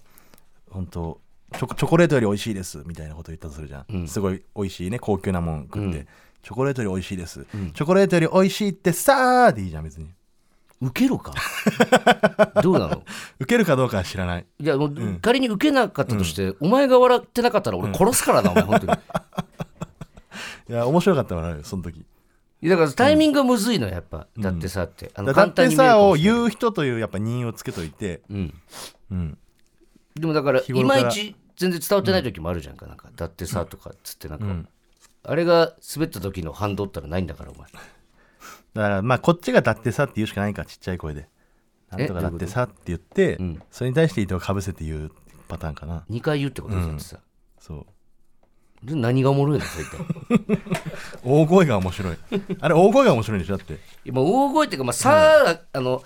Speaker 2: 本当チョコチョコレートより美味しいですみたいなこと言ったとするじゃん、すごい美味しいね高級なもん食って、チョコレートより美味しいです、チョコレートより美味しいってさーでいいじゃん別に
Speaker 3: 受けろかどうなの
Speaker 2: 受けるかどうかは知らない
Speaker 3: いやもう、仮に受けなかったとして、お前が笑ってなかったら俺殺すからな、お前本当に。
Speaker 2: いや面白かったわよその時
Speaker 3: いやだからタイミングがむずいのやっぱ、だってさって。あの
Speaker 2: だだ
Speaker 3: 簡
Speaker 2: って
Speaker 3: 単に見える
Speaker 2: さ
Speaker 3: か
Speaker 2: ーを
Speaker 3: もしれない
Speaker 2: 言う人というやっぱ任をつけといて、
Speaker 3: でもだから
Speaker 2: 日
Speaker 3: い
Speaker 2: 頃か
Speaker 3: ま
Speaker 2: ら
Speaker 3: いち全然伝わってない時もあるじゃんか、なんかだってさとかっつってなんか、あれが滑った時の反動ったらないんだからお前。
Speaker 2: だからまあこっちがだってさって言うしかないからちっちゃい声でなんとかだってさって言ってそれに対して伊藤をかぶせて言うパターンかな
Speaker 3: 2回言うってことだってさ。
Speaker 2: そう
Speaker 3: で何がおもろいのそれ 一体
Speaker 2: 大声が面白 いあれ大声が面白いんでしょだって
Speaker 3: 今大声っていうか、まあ、さあ、あの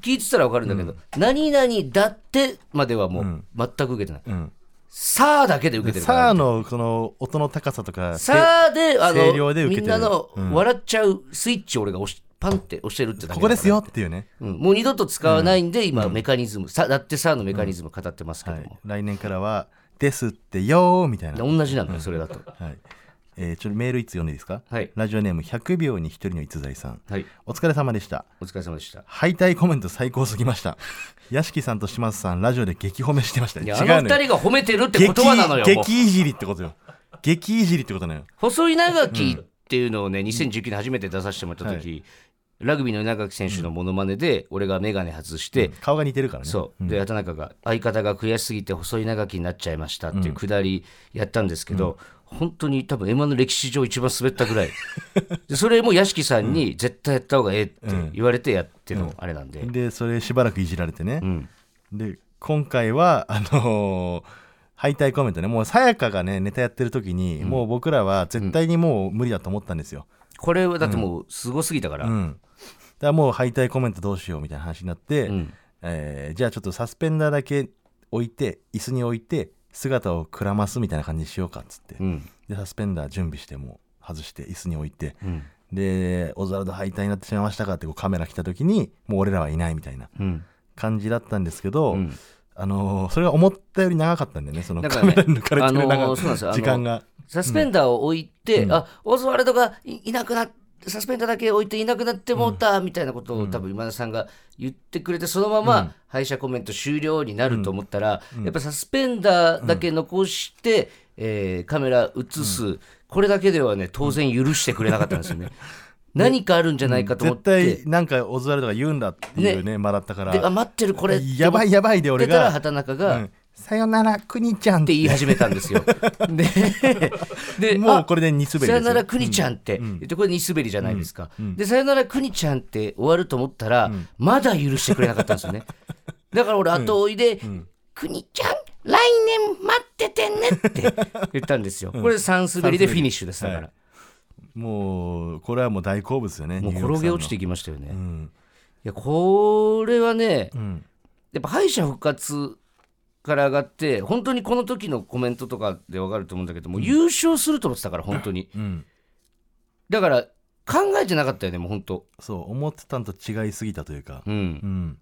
Speaker 3: 聞いてたら分かるんだけど「何々だって」まではもう全く受けてない「
Speaker 2: ん
Speaker 3: さあ」だけで受けてるか
Speaker 2: さ
Speaker 3: ら
Speaker 2: あのその音の高さとか
Speaker 3: さあであ
Speaker 2: 声量で
Speaker 3: の
Speaker 2: 受け
Speaker 3: み
Speaker 2: て
Speaker 3: ん
Speaker 2: る
Speaker 3: なの笑っちゃうスイッチを俺が押しパンって押してるってだけだから
Speaker 2: ここですよっていうね、
Speaker 3: うん、もう二度と使わないんで、今メカニズム、さだってさのメカニズム語ってますけど
Speaker 2: はい
Speaker 3: も、、
Speaker 2: 来年からは「ですってよー」みたいな、
Speaker 3: 同じなんだよそれだと、
Speaker 2: はいえーちょっとメールいつ読んでいいですか、
Speaker 3: はい
Speaker 2: ラジオネーム100秒に1人の逸材さん
Speaker 3: はい
Speaker 2: お疲れ様でした
Speaker 3: お疲れ様でした
Speaker 2: 敗退コメント最高すぎま した屋敷さんと島津さんラジオで激褒めしてました
Speaker 3: い
Speaker 2: ね
Speaker 3: や
Speaker 2: 違う
Speaker 3: あの二
Speaker 2: のよ
Speaker 3: 人が褒めてるって言葉なのよ
Speaker 2: 激
Speaker 3: もう
Speaker 2: 激いじりってことよ激いじりってことなのよ
Speaker 3: 細井長きっていうのをね2019年初めて出させてもらった時、ラグビーの稲垣選手のモノマネで俺が眼鏡外して、
Speaker 2: 顔が似てるからね
Speaker 3: そうで畑中が相方が悔しすぎて細い長きになっちゃいましたっていうくだりやったんですけど、本当に多分 M−1 の歴史上一番滑ったぐらいでそれも屋敷さんに絶対やった方がええって言われてやってのあれなんで、
Speaker 2: でそれしばらくいじられてね、で今回はあのー敗退コメントねもうさやかがねネタやってる時に、もう僕らは絶対にもう無理だと思ったんですよ、
Speaker 3: これはだってもうすごすぎたから、
Speaker 2: うんだからもう敗退コメントどうしようみたいな話になって、
Speaker 3: ん
Speaker 2: えーじゃあちょっとサスペンダーだけ置いて椅子に置いて姿をくらますみたいな感じにしようかっつって、
Speaker 3: うん
Speaker 2: でサスペンダー準備してもう外して椅子に置いて、
Speaker 3: うん
Speaker 2: でオズワルド敗退になってしまいましたかってこうカメラ来た時にもう俺らはいないみたいな
Speaker 3: うん
Speaker 2: 感じだったんですけど、
Speaker 3: うん
Speaker 2: あのーそれが思ったより長かったんでねその
Speaker 3: だか
Speaker 2: カ
Speaker 3: らね
Speaker 2: メラに抜かれてる
Speaker 3: あの
Speaker 2: 長
Speaker 3: ーそうなんですよ
Speaker 2: 時間が
Speaker 3: サスペンダーを置いて、あオズワルドがいいなくなって。サスペンダーだけ置いていなくなってもうたみたいなことを多分今田さんが言ってくれてそのまま敗者コメント終了になると思ったらやっぱサスペンダーだけ残してえーカメラ映すこれだけではね当然許してくれなかったんですよね何かあるんじゃないかと思っ
Speaker 2: 絶
Speaker 3: て
Speaker 2: 対なんかオズワルドが言うんだっていうねまだったから
Speaker 3: であ待ってるこれって
Speaker 2: やばいやばいで俺
Speaker 3: 出たら
Speaker 2: が
Speaker 3: 畑中
Speaker 2: う
Speaker 3: がっ
Speaker 2: んさよならくにちゃんって
Speaker 3: 言い始めたんですよ でで
Speaker 2: も
Speaker 3: あ
Speaker 2: うこれで2滑り
Speaker 3: さよ
Speaker 2: です
Speaker 3: なら
Speaker 2: よ
Speaker 3: くにちゃんって、でこれに滑りじゃないですか、でさよならくにちゃんって終わると思ったら、まだ許してくれなかったんですよ ねだから俺後追いで、くにちゃん来年待っててねって言ったんですよ、これ3滑りでフィニッシュですだから、
Speaker 2: もうこれはもう大好物よね
Speaker 3: もう
Speaker 2: ニューヨーク
Speaker 3: 転
Speaker 2: さん
Speaker 3: げ
Speaker 2: の
Speaker 3: 落ちていきましたよね、
Speaker 2: ん
Speaker 3: いやこれはね、
Speaker 2: ん
Speaker 3: やっぱ敗者復活から上がって本当にこの時のコメントとかで分かると思うんだけども、優勝すると思ってたから本当に
Speaker 2: うん
Speaker 3: だから考えてなかったよねもう本当
Speaker 2: そう思ってたんと違いすぎたというか
Speaker 3: うん
Speaker 2: うん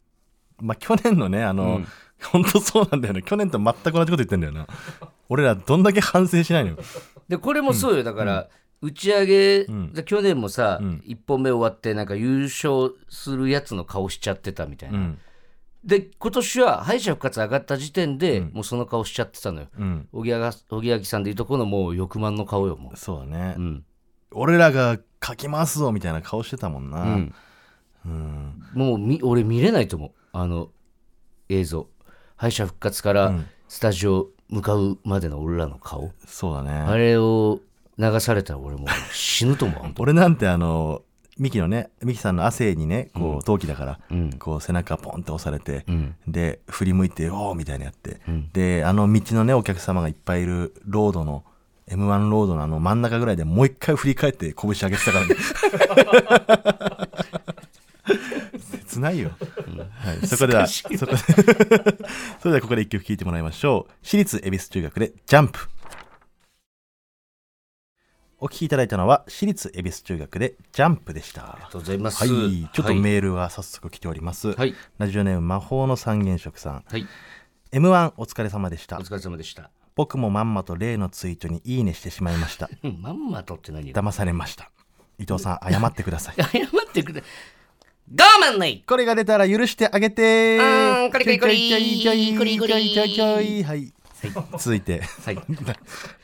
Speaker 2: まあ去年のねあの、本当そうなんだよね去年と全く同じこと言ってんだよな俺らどんだけ反省しないのよ
Speaker 3: でこれもそうよだから、打ち上げ、
Speaker 2: ん
Speaker 3: で去年もさ、
Speaker 2: うん
Speaker 3: 1本目終わってなんか優勝するやつの顔しちゃってたみたいな、
Speaker 2: うん
Speaker 3: で今年は敗者復活上がった時点で、
Speaker 2: うん
Speaker 3: もうその顔しちゃってたのよ
Speaker 2: うん
Speaker 3: おぎやがおぎやはぎさんでいうとこのもう欲満の顔よも
Speaker 2: そうだね、
Speaker 3: う、うん
Speaker 2: 俺らが書きますぞみたいな顔してたもんな、
Speaker 3: うんもうみ俺見れないと思うあの映像敗者復活からスタジオ向かうまでの俺らの顔、
Speaker 2: そうだね
Speaker 3: あれを流されたら俺もう死ぬと思う本当
Speaker 2: 俺なんてあのミキのねミキさんの汗にねこう陶器だから、
Speaker 3: うん
Speaker 2: こう背中ポンって押されて、
Speaker 3: うん
Speaker 2: で振り向いて「おお!」みたいなやって、
Speaker 3: ん
Speaker 2: であの道のねお客様がいっぱいいるロードの m 1ロードのあの真ん中ぐらいでもう一回振り返って拳上げてたからね 切ないよ、はい、そこではそこで それではここで一曲聴いてもらいましょう私立恵比寿中学で「ジャンプ」お聴きいただいたのは私立恵比寿中学で「ジャンプ」でした
Speaker 3: ありがとうございます。
Speaker 2: はい、ちょっとメールが早速来ております、
Speaker 3: はい。
Speaker 2: ラジオネーム魔法の三原色さん
Speaker 3: はい。
Speaker 2: M1 お疲れ様でし
Speaker 3: お
Speaker 2: た
Speaker 3: 疲れ様でした。
Speaker 2: 僕もまんまと例のツイートにいいねしてしまいました
Speaker 3: うんまんまとって何よ。
Speaker 2: 騙されました伊藤さん謝ってください
Speaker 3: 謝ってくれ。我慢ない。
Speaker 2: これが出たら許してあげて
Speaker 3: うんこりこりこり
Speaker 2: ちょいちょいちょい
Speaker 3: こりこり
Speaker 2: ちょいちょいちょいはい続いて
Speaker 3: はい。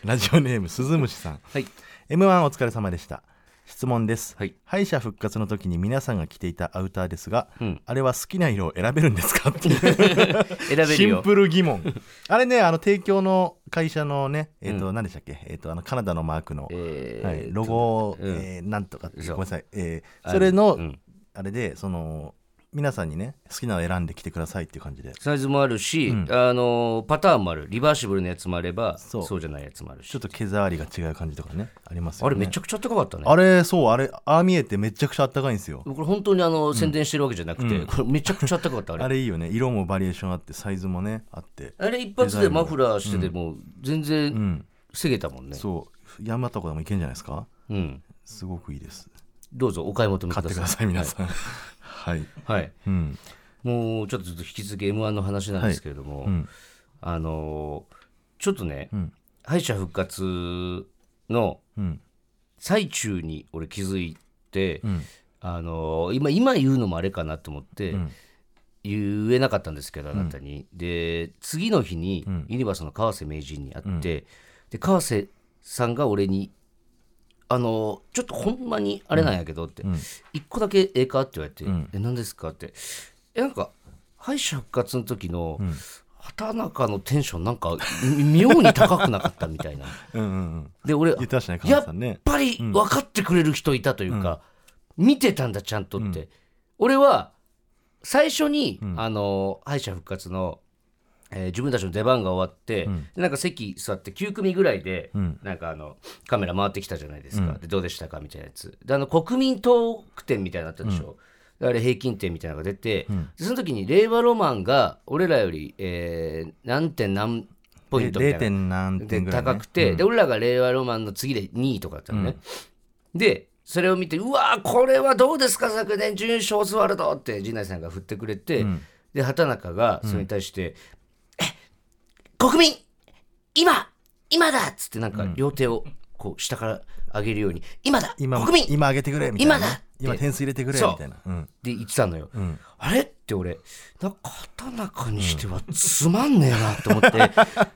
Speaker 2: ラジオネーム鈴虫さん
Speaker 3: はい。
Speaker 2: M1 お疲れ様でした質問です、
Speaker 3: はい
Speaker 2: 敗者復活の時に皆さんが着ていたアウターですが、
Speaker 3: うん
Speaker 2: あれは好きな色を選べるんですかっていう
Speaker 3: 選べる
Speaker 2: シ
Speaker 3: よ
Speaker 2: ン。プル疑 問あれねあの提供の会社のねえっ、と、何でしたっけえっ、とあのカナダのマークの、
Speaker 3: えー
Speaker 2: はい、ロゴ、
Speaker 3: うん
Speaker 2: えーなんとかって
Speaker 3: そう
Speaker 2: ごめんなさい、えーそれのあ,、
Speaker 3: うん
Speaker 2: れでその皆さんにね好きなのを選んできてくださいっていう感じで
Speaker 3: サイズもあるし、
Speaker 2: ん
Speaker 3: あのーパターンもある。リバーシブルのやつもあれば、
Speaker 2: そ
Speaker 3: そううじゃないやつもあるし。
Speaker 2: ちょっと毛触りが違う感じとかねありますよね
Speaker 3: あれめちゃくちゃあったかかったね。
Speaker 2: あれそうあれああ見えてめちゃくちゃあったかいんですよ
Speaker 3: これ本当にあの宣伝してるわけじゃなくて、これめちゃくちゃあったかかった。あれ
Speaker 2: あ。れいいよね色もバリエーションあってサイズもねあって
Speaker 3: あれ一発でマフラーしてでも全然防げたもんね。
Speaker 2: そう山とかでもいけんじゃないですか
Speaker 3: うん。
Speaker 2: すごくいいです
Speaker 3: どうぞお買い求め
Speaker 2: 買ってください皆さんはい、
Speaker 3: はい、
Speaker 2: うん
Speaker 3: もうちょっとずっと引き続き m 1の話なんですけれども、
Speaker 2: うん
Speaker 3: あのーちょっとね、
Speaker 2: うん
Speaker 3: 敗者復活の
Speaker 2: うん
Speaker 3: 最中に俺気づいて、
Speaker 2: うん
Speaker 3: あのー今今言うのもあれかなと思って、
Speaker 2: ん
Speaker 3: 言えなかったんですけどあなたに、で次の日に
Speaker 2: ん
Speaker 3: ユニバースの川瀬名人に会って、で川瀬さんが俺に「あのーちょっとほんまにあれなんやけど」って
Speaker 2: ん
Speaker 3: 「一、個だけええか?」って言われて「
Speaker 2: ん
Speaker 3: え何ですか?」って「えなんか敗者復活の時の、
Speaker 2: ん
Speaker 3: 畑中のテンションなんか妙に高くなかったみたいな。
Speaker 2: うんうんうん
Speaker 3: で俺
Speaker 2: 言ってましたね川
Speaker 3: やっ
Speaker 2: 瀬さんね
Speaker 3: ぱり分かってくれる人いたというか、見てたんだちゃんとって、俺は最初に、あの敗者復活の、えー自分たちの出番が終わって、でなんか席座って9組ぐらいで、なんかあのカメラ回ってきたじゃないですか、でどうでしたかみたいなやつであの国民トーク展みたいになのあったでしょ、であれ平均点みたいなのが出て、でその時に令和ロマンが俺らより、えー何点何ポイントみたいな
Speaker 2: 0. 点何
Speaker 3: で
Speaker 2: 点ぐらい、ね、
Speaker 3: 高くて、で俺らが令和ロマンの次で2位とかだったのね、でそれを見てうわーこれはどうですか昨年準優勝オズワルドって陣内さんが振ってくれて、で畑中がそれに対して「え国民今今だ!」っつってなんか両手をこう下から上げるように「今だ
Speaker 2: 今
Speaker 3: 国民
Speaker 2: 今上げてくれみたいな
Speaker 3: 今だって
Speaker 2: 今点数入れてくれ
Speaker 3: そう
Speaker 2: みたいなうん
Speaker 3: で言ってたのよ、あれって俺なんか畑中にしてはつまんねえなと思って、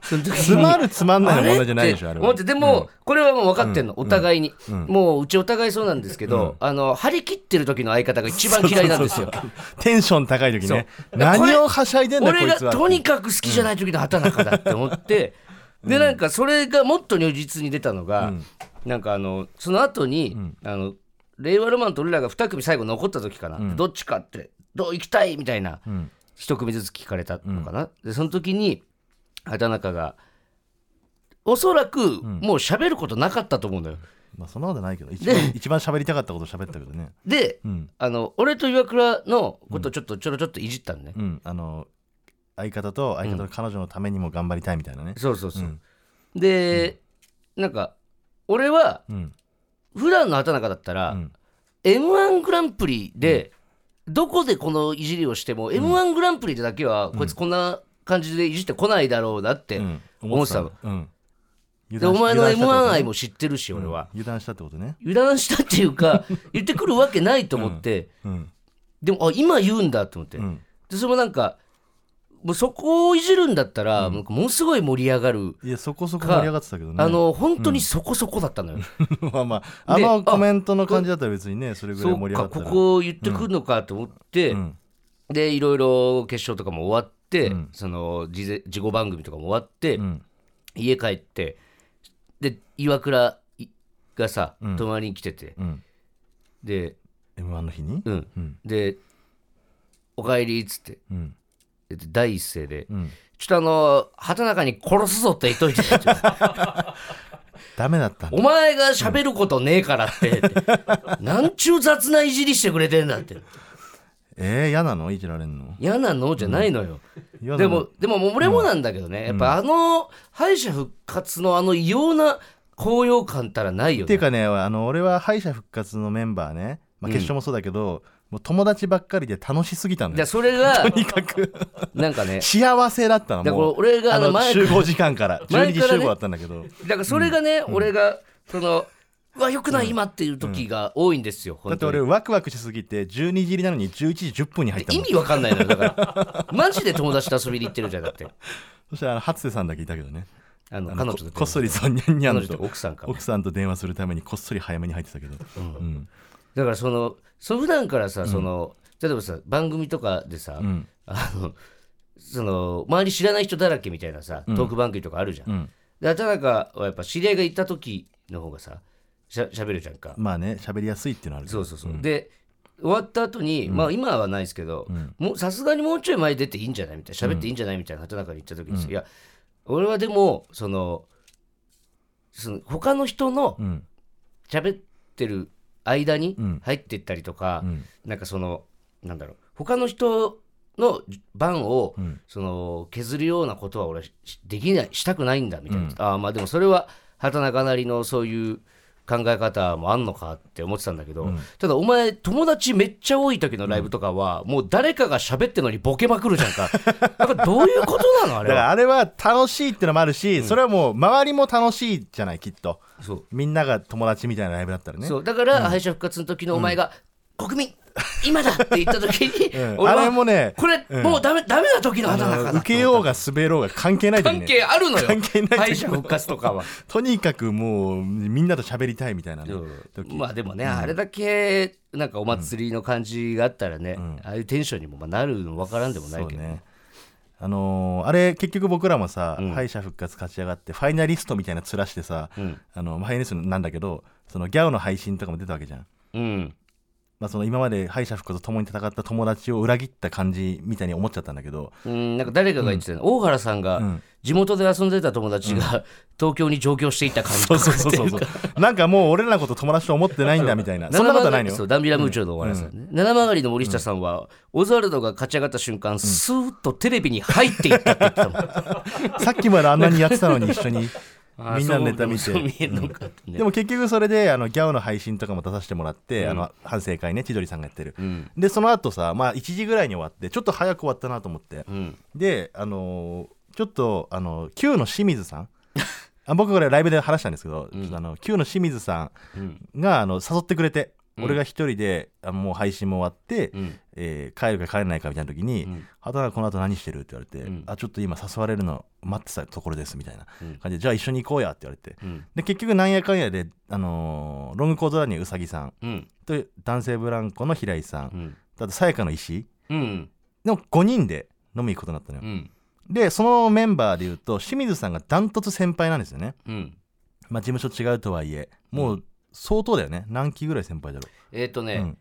Speaker 3: その時に
Speaker 2: つまるつまんないの問題じゃないでしょ
Speaker 3: あ
Speaker 2: あれ
Speaker 3: れって思
Speaker 2: は
Speaker 3: ってでも、これはもう分かってんの、お互いに、もううちお互いそうなんですけど、あの張り切ってる時の相方が一番嫌いなんですよ
Speaker 2: テンション高い時ね
Speaker 3: そう
Speaker 2: 何をはしゃいでんだこ
Speaker 3: 俺
Speaker 2: い
Speaker 3: が
Speaker 2: つは
Speaker 3: とにかく好きじゃない時の畑中だって思って、でなんかそれがもっと如実に出たのが、なんかあのその後に、あの令和ロマンと俺らが2組最後残った時かな、どっちかってどう行きたいみたいな、一組ずつ聞かれたのかな、でその時に畑中がおそらくもう喋ることなかったと思うのよ。
Speaker 2: まあそんなことないけど一番一番喋りたかったこと喋ったけどね
Speaker 3: で、
Speaker 2: うん
Speaker 3: あの俺と岩倉のことちょっとちょろちょっといじったのね、
Speaker 2: うんあの相方と相方の彼女のためにも頑張りたいみたいなね
Speaker 3: そうそうそう、
Speaker 2: うん
Speaker 3: で、なんか俺は
Speaker 2: うん
Speaker 3: 普段の畑中だったら、
Speaker 2: うん
Speaker 3: m 1グランプリで、どこでこのいじりをしても、m 1グランプリでだけは、こいつこんな感じでいじってこないだろうなって、
Speaker 2: うん
Speaker 3: 思ってたの
Speaker 2: うん
Speaker 3: でお前の m 1愛
Speaker 2: も
Speaker 3: も知ってるし俺は、
Speaker 2: 油断したってことね
Speaker 3: 油断したってい うか言ってくるわけないと思って、
Speaker 2: うん
Speaker 3: でもあ今言うんだと思って、
Speaker 2: うん
Speaker 3: でそれもなんかもうそこをいじるんだったら、もうものすごい盛り上がる、
Speaker 2: いやそこそこ盛り上がってたけどね
Speaker 3: あの本当にそこそこだったのよ、
Speaker 2: まあまああ
Speaker 3: で
Speaker 2: のコメントの感じだったら別にねそれぐら
Speaker 3: そ
Speaker 2: い盛
Speaker 3: う
Speaker 2: り上が
Speaker 3: か
Speaker 2: った
Speaker 3: こ
Speaker 2: ら
Speaker 3: こを言ってくるのかと思って、
Speaker 2: うん
Speaker 3: でいろいろ決勝とかも終わって、
Speaker 2: うん
Speaker 3: その事前事後番組とかも終わって、
Speaker 2: うん
Speaker 3: 家帰ってで岩倉がさ、泊まりに来てて
Speaker 2: うん
Speaker 3: で
Speaker 2: M1 の日に
Speaker 3: うん、
Speaker 2: うん
Speaker 3: で「おかえり」っつって
Speaker 2: うん
Speaker 3: で第一声で、
Speaker 2: ん
Speaker 3: ちょっとあの畑中に殺すぞって言っといて」
Speaker 2: ダメだったんだ
Speaker 3: お前が喋ることねえからって」 なんちゅう雑ないじりしてくれてんだ」って
Speaker 2: えー嫌なのいじられんの
Speaker 3: 「嫌なの?」じゃないのよ。
Speaker 2: 嫌なの
Speaker 3: でも、でも、もう俺もなんだけどね、やっぱあの敗者復活のあの異様な高揚感たらないよ
Speaker 2: ってい
Speaker 3: ね
Speaker 2: う。かねあの俺は敗者復活のメンバーね、まあ、決勝もそうだけど、もう友達ばっかりで楽しすぎたんだ
Speaker 3: じゃ
Speaker 2: よ
Speaker 3: あそれが、
Speaker 2: とにかく
Speaker 3: な んかね、
Speaker 2: 幸せだったの
Speaker 3: だから
Speaker 2: もう
Speaker 3: 俺があ
Speaker 2: あ
Speaker 3: の
Speaker 2: の
Speaker 3: 前
Speaker 2: 集合時間から
Speaker 3: 前
Speaker 2: 12時
Speaker 3: から
Speaker 2: 集
Speaker 3: ね
Speaker 2: 合だったんだけど、
Speaker 3: だからそれがね、俺が、その、うわ、よくない、今っていう時が多いんですよ、
Speaker 2: だっ
Speaker 3: 本
Speaker 2: て
Speaker 3: 当
Speaker 2: 俺
Speaker 3: に。
Speaker 2: ワクワクしすぎて12時入りなのに11時10分に入った
Speaker 3: 意
Speaker 2: もん
Speaker 3: 味わかんないのよ、だから。 マジで友達と遊びに行ってるじゃん、だって。
Speaker 2: そしたらあの初瀬さんだけいたけどね
Speaker 3: あの、
Speaker 2: あの
Speaker 3: 彼女と
Speaker 2: ここっそりそうにゃんにゃ
Speaker 3: 彼
Speaker 2: ん
Speaker 3: 女と
Speaker 2: と
Speaker 3: 奥さんか。
Speaker 2: 奥さんと電話するためにこっそり早めに入ってたけど、うん
Speaker 3: だからその、その普段からさ、その、例えばさ、番組とかでさ、
Speaker 2: うん
Speaker 3: あのその周り知らない人だらけみたいなさトーク番組とかあるじゃん。
Speaker 2: ん
Speaker 3: で畑中はやっぱ知り合いがいた時の方がさしゃ喋るじゃんか。
Speaker 2: まあね喋りやすいっていうのはあるけ
Speaker 3: そ
Speaker 2: ど
Speaker 3: うそうそう、で終わった後に、まあ今はないですけどもうさすがにもうちょい前出ていいんじゃないみたいな喋っていいんじゃないみたいな畑中に言った時にさ、いや俺はでもそのその他の人の
Speaker 2: うん
Speaker 3: 喋ってる間に
Speaker 2: うん
Speaker 3: 入ってったりとか、
Speaker 2: うん
Speaker 3: なんかそのなんだろう他の人の番を、
Speaker 2: ん
Speaker 3: その削るようなことは俺はしできないしたくないんだみたいな、ああまあでもそれは畑中なりのそういう考考え方もあんのかって思ってたんだけど、ただお前友達めっちゃ多い時のライブとかは、もう誰かが喋ってんのにボケまくるじ ゃんかやっぱどういうことなの
Speaker 2: だ
Speaker 3: あれ
Speaker 2: から
Speaker 3: は
Speaker 2: あれは楽しいってのもあるし、それはもう周りも楽しいじゃないきっと
Speaker 3: そう
Speaker 2: みんなが友達みたいなライブだったらね
Speaker 3: そうだから敗者復活の時のお前が「国民今だ!」って言った時に、
Speaker 2: ん
Speaker 3: 俺は
Speaker 2: あれもね
Speaker 3: これ、もうダメダメな時の花だから
Speaker 2: 受けようが滑ろうが関係ない時にね
Speaker 3: 関係あるのよ
Speaker 2: 関係ない時
Speaker 3: 敗者復活とかは
Speaker 2: とにかくもうみんなと喋りたいみたいなね時
Speaker 3: まあでもね、あれだけなんかお祭りの感じがあったらね、ああいうテンションにもまあなるの分からんでもない
Speaker 2: そう
Speaker 3: けど、
Speaker 2: ねあのーあれ結局僕らもさ、敗者復活勝ち上がってファイナリストみたいな面してさ、あのファイナリストなんだけどそのギャオの配信とかも出たわけじゃん、
Speaker 3: うん
Speaker 2: まあ、その今まで敗者復活と共に戦った友達を裏切った感じみたいに思っちゃったんだけ ど
Speaker 3: うん、なんか誰かが言ってたの、大原さんが
Speaker 2: ん
Speaker 3: 地元で遊んでた友達が東京に上京していった感じ
Speaker 2: そうそうそうそうそうなんかもう俺らのこと友達と思ってないんだみたいな そんなことはないの
Speaker 3: そう
Speaker 2: よ
Speaker 3: ダンビラムーチョの大原さんね、七曲りの森下さんは、オズワルドが勝ち上がった瞬間、スーッとテレビに入っていったって言ってたもん
Speaker 2: さっきまであんなにやってたのに一緒 に
Speaker 3: あー
Speaker 2: みんなのネタ見
Speaker 3: そ
Speaker 2: て
Speaker 3: うそう見えるのかってね
Speaker 2: でも結局それであのギャオの配信とかも出させてもらって、あの反省会ね千鳥さんがやってる、でその後さまあ1時ぐらいに終わってちょっと早く終わったなと思って、
Speaker 3: ん
Speaker 2: であのーちょっとあの Q の清水さんあ僕これライブで話したんですけど、ちょっとあの Q の清水さんがあの誘ってくれて、俺が一人であもう配信も終わって、
Speaker 3: ん
Speaker 2: えー帰るか帰らないかみたいな時に「畑、中、この後何してる?」って言われて、あ「ちょっと今誘われるの待ってたところです」みたいな感じで「じゃあ一緒に行こうや」って言われて、
Speaker 3: うん
Speaker 2: で結局なんやかんやで、あのーロングコートダディのうさぎさん
Speaker 3: うん
Speaker 2: と男性ブランコの平井さん、
Speaker 3: うん
Speaker 2: あとさやかの石
Speaker 3: うん
Speaker 2: の5人で飲み行くことになったの
Speaker 3: う
Speaker 2: よ、
Speaker 3: ん
Speaker 2: でそのメンバーでいうと清水さんがダントツ先輩なんですよね、
Speaker 3: うん
Speaker 2: まあ、事務所違うとはいえもう相当だよね何期ぐらい先輩だろ
Speaker 3: えっ、とね、
Speaker 2: う、うん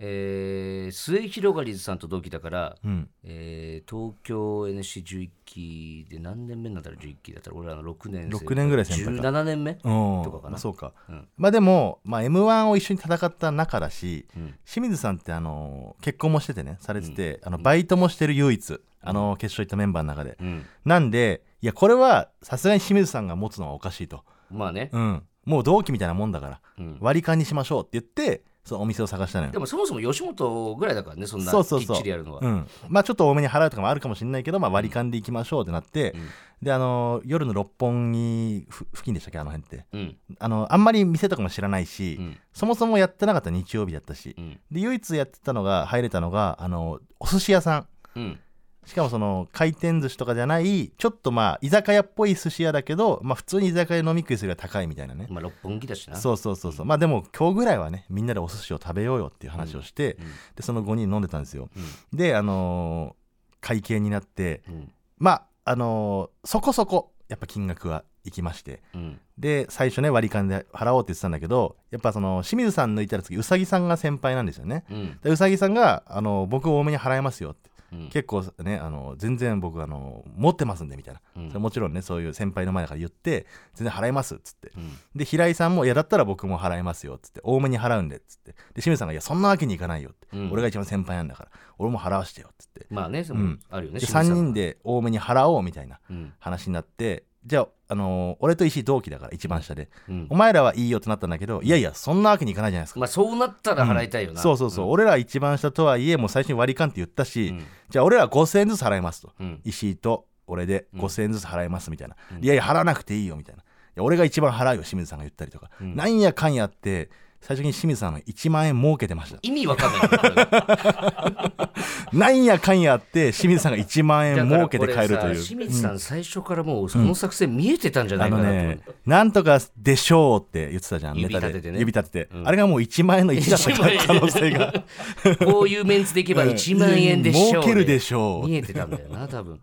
Speaker 3: えー末広がりずさんと同期だから、
Speaker 2: うん、
Speaker 3: えー東京 NC11 期で何年目になったら11期だったら俺らの6年生
Speaker 2: 6年ぐらい先輩か
Speaker 3: 17年目
Speaker 2: うん
Speaker 3: とかかな
Speaker 2: まあそうか、
Speaker 3: うん
Speaker 2: まあでも、まあ、m 1を一緒に戦った仲だし、
Speaker 3: うん
Speaker 2: 清水さんってあの結婚もしててねされてて、あのバイトもしてる唯一あの決勝行ったメンバーの中で、
Speaker 3: うん
Speaker 2: なんでいやこれはさすがに清水さんが持つのはおかしいと、
Speaker 3: まあね、
Speaker 2: うん、もう同期みたいなもんだから
Speaker 3: うん
Speaker 2: 割り勘にしましょうって言ってそのお店を探したのよ
Speaker 3: でもそもそも吉本ぐらいだからねそんな
Speaker 2: そうそう
Speaker 3: き
Speaker 2: そう
Speaker 3: っちりやるのは
Speaker 2: うん、まあちょっと多めに払うとかもあるかもしれないけど、まあ、割り勘で行きましょうってなって、であの夜の六本木ふ付近でしたっけあの辺って
Speaker 3: うん
Speaker 2: あのあんまり店とかも知らないし、
Speaker 3: うん
Speaker 2: そもそもやってなかった日曜日だったし、
Speaker 3: うん
Speaker 2: で唯一やってたのが入れたのがあのお寿司屋さん
Speaker 3: うん
Speaker 2: しかもその回転寿司とかじゃないちょっとまあ居酒屋っぽい寿司屋だけど、まあ、普通に居酒屋で飲み食いするよりは高いみたいなね、
Speaker 3: まあ六本木だしな
Speaker 2: そうそうそうそうまあでも今日ぐらいはねみんなでお寿司を食べようよっていう話をして、でその5人飲んでたんですよ、であのー会計になって
Speaker 3: うん
Speaker 2: まああのーそこそこやっぱ金額はいきまして
Speaker 3: うん
Speaker 2: で最初ね割り勘で払おうって言ってたんだけどやっぱその清水さん抜いたら次うさぎさんが先輩なんですよね
Speaker 3: うん
Speaker 2: でうさぎさんが、あのー僕多めに払いますよって
Speaker 3: うん
Speaker 2: 結構ね、あの全然僕、あの持ってますんでみたいな、
Speaker 3: うん
Speaker 2: それもちろんねそういう先輩の前だから言って全然払いますっつって、
Speaker 3: うん
Speaker 2: で平井さんも「いやだったら僕も払いますよ」っつって多めに払うんでっつってで清水さんが「いやそんなわけにいかないよ」って、
Speaker 3: うん
Speaker 2: 俺が一番先輩なんだから俺も払わしてよ」っつって
Speaker 3: まあねその
Speaker 2: うん
Speaker 3: あるよ
Speaker 2: で
Speaker 3: ね清水さん
Speaker 2: 3人で多めに払おうみたいな
Speaker 3: うん
Speaker 2: 話になってじゃあ、あのー俺と石井同期だから一番下で、
Speaker 3: うん
Speaker 2: お前らはいいよってなったんだけどいやいやそんなわけにいかないじゃないですか
Speaker 3: まあそうなったら払いたいよな
Speaker 2: そうそうそう、俺ら一番下とはいえもう最初に割り勘って言ったし、
Speaker 3: うん
Speaker 2: じゃあ俺ら5000円ずつ払いますと、
Speaker 3: うん
Speaker 2: 石井と俺で5000円ずつ払いますみたいな、
Speaker 3: ん
Speaker 2: いやいや払わなくていいよみたいないや俺が一番払うよ清水さんが言ったりとか、
Speaker 3: ん
Speaker 2: なんやかんやって最初に清水さんは1万円儲けてました
Speaker 3: 意味わかんないよこれ
Speaker 2: なんやかんやって清水さんが1万円 儲けて帰る
Speaker 3: だか
Speaker 2: と
Speaker 3: ら
Speaker 2: い
Speaker 3: これ
Speaker 2: う
Speaker 3: さ清水さん最初からもうその作戦見えてたんじゃな
Speaker 2: あ
Speaker 3: いか
Speaker 2: の
Speaker 3: なと思う
Speaker 2: ね、なんとかでしょうって言ってたじゃん、ネタで
Speaker 3: 指立ててね
Speaker 2: 指立てて、あれがもう1万円の1だった可能性が。
Speaker 3: こういうメンツでいけば1万円でしょ
Speaker 2: 儲
Speaker 3: う、
Speaker 2: けるでしょう
Speaker 3: 見えてたんだよな多分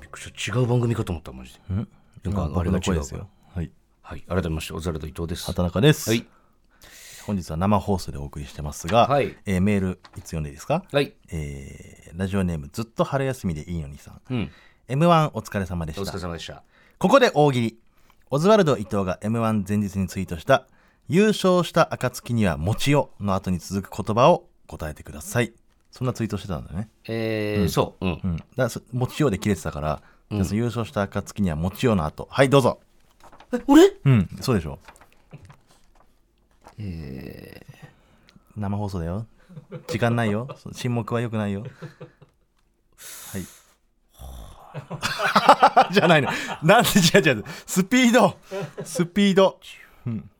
Speaker 3: びっくりした違う番組かと思ったマジで
Speaker 2: ん
Speaker 3: なんかあれが違う
Speaker 2: で
Speaker 3: か
Speaker 2: す
Speaker 3: ら
Speaker 2: よ。はい。
Speaker 3: はい改めましてオザルド伊藤です
Speaker 2: 畑中です。
Speaker 3: はい
Speaker 2: 本日は生放送でお送りしてますが、
Speaker 3: はい
Speaker 2: えーメールいつ読んでいいですか、
Speaker 3: はい
Speaker 2: えーラジオネームずっと春休みでいいのにさん。
Speaker 3: うん
Speaker 2: M1 お疲れ様で
Speaker 3: お
Speaker 2: し
Speaker 3: 疲
Speaker 2: た
Speaker 3: れ。様でした
Speaker 2: ここで大喜利。オズワルド伊藤が M1 前日にツイートした、優勝した暁には餅をの後に続く言葉を答えてください。そんなツイートしてたんだね。
Speaker 3: えーそううん、
Speaker 2: うん。だからそ餅をで切れてたから、じゃあその優勝した暁には餅をの後。はい、どうぞ。
Speaker 3: え俺
Speaker 2: うん、そうでしょ。生放送だよ。時間ないよ。そう沈黙は良くないよ。はい。 じゃないの。なんで違う違う。スピード。スピード。うん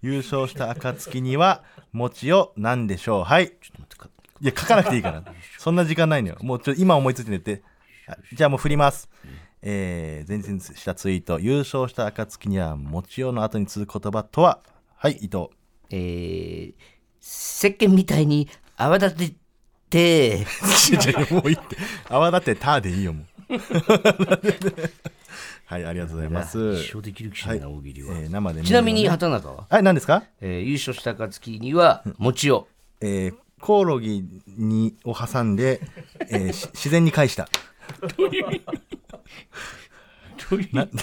Speaker 2: 優勝した暁には餅を何でしょうはいいや書かなくていいからそんな時間ないのよもうちょ今思いついて寝てあじゃあもう振りますえー、前日したツイート優勝した暁には餅をの後に続く言葉とははい伊藤
Speaker 3: えー、石鹸みたいに泡立てて、
Speaker 2: 違う違うもういいって泡立てたでいいよもう はいありがとうございます、
Speaker 3: 一生できる気しないな、
Speaker 2: はい
Speaker 3: 大喜利
Speaker 2: え
Speaker 3: は。
Speaker 2: ー生で見るのね
Speaker 3: ちなみに畑中は、
Speaker 2: はい何ですか
Speaker 3: えー優勝した暁には餅を。
Speaker 2: えーコオロギにを挟ん で、えーし自然に返した。な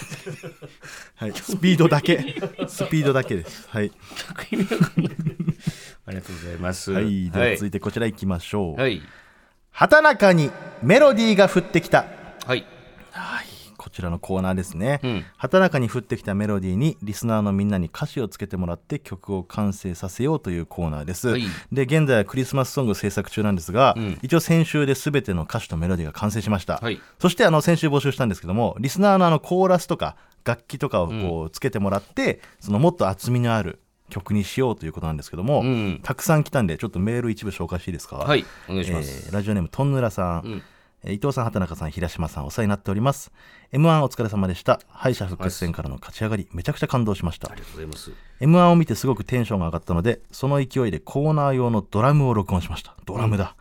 Speaker 2: はい、スピードだけ、スピードだけです。はい、
Speaker 3: ありがとうございます。
Speaker 2: はい、で
Speaker 3: は
Speaker 2: はい続いてこちら行きましょう。
Speaker 3: はい。
Speaker 2: 畑中にメロディーが降ってきた。
Speaker 3: はい。
Speaker 2: こちらのコーナーですね、
Speaker 3: ん
Speaker 2: 畑中に降ってきたメロディーにリスナーのみんなに歌詞をつけてもらって曲を完成させようというコーナーです、
Speaker 3: はい
Speaker 2: で現在はクリスマスソング制作中なんですが、
Speaker 3: ん
Speaker 2: 一応先週で全ての歌詞とメロディーが完成しました、
Speaker 3: はい
Speaker 2: そしてあの先週募集したんですけどもリスナーのあのコーラスとか楽器とかをこうつけてもらって、そのもっと厚みのある曲にしようということなんですけども、
Speaker 3: うん
Speaker 2: たくさん来たんでちょっとメール一部紹介していいですか
Speaker 3: はい。お願いします。
Speaker 2: えーラジオネームトンヌラさん、えー伊藤さん畑中さん平島さんお世話になっております M1 お疲れ様でした敗者復活戦からの勝ち上がりめちゃくちゃ感動しました
Speaker 3: ありがとうございます。
Speaker 2: M1 を見てすごくテンションが上がったのでその勢いでコーナー用のドラムを録音しましたドラムだ、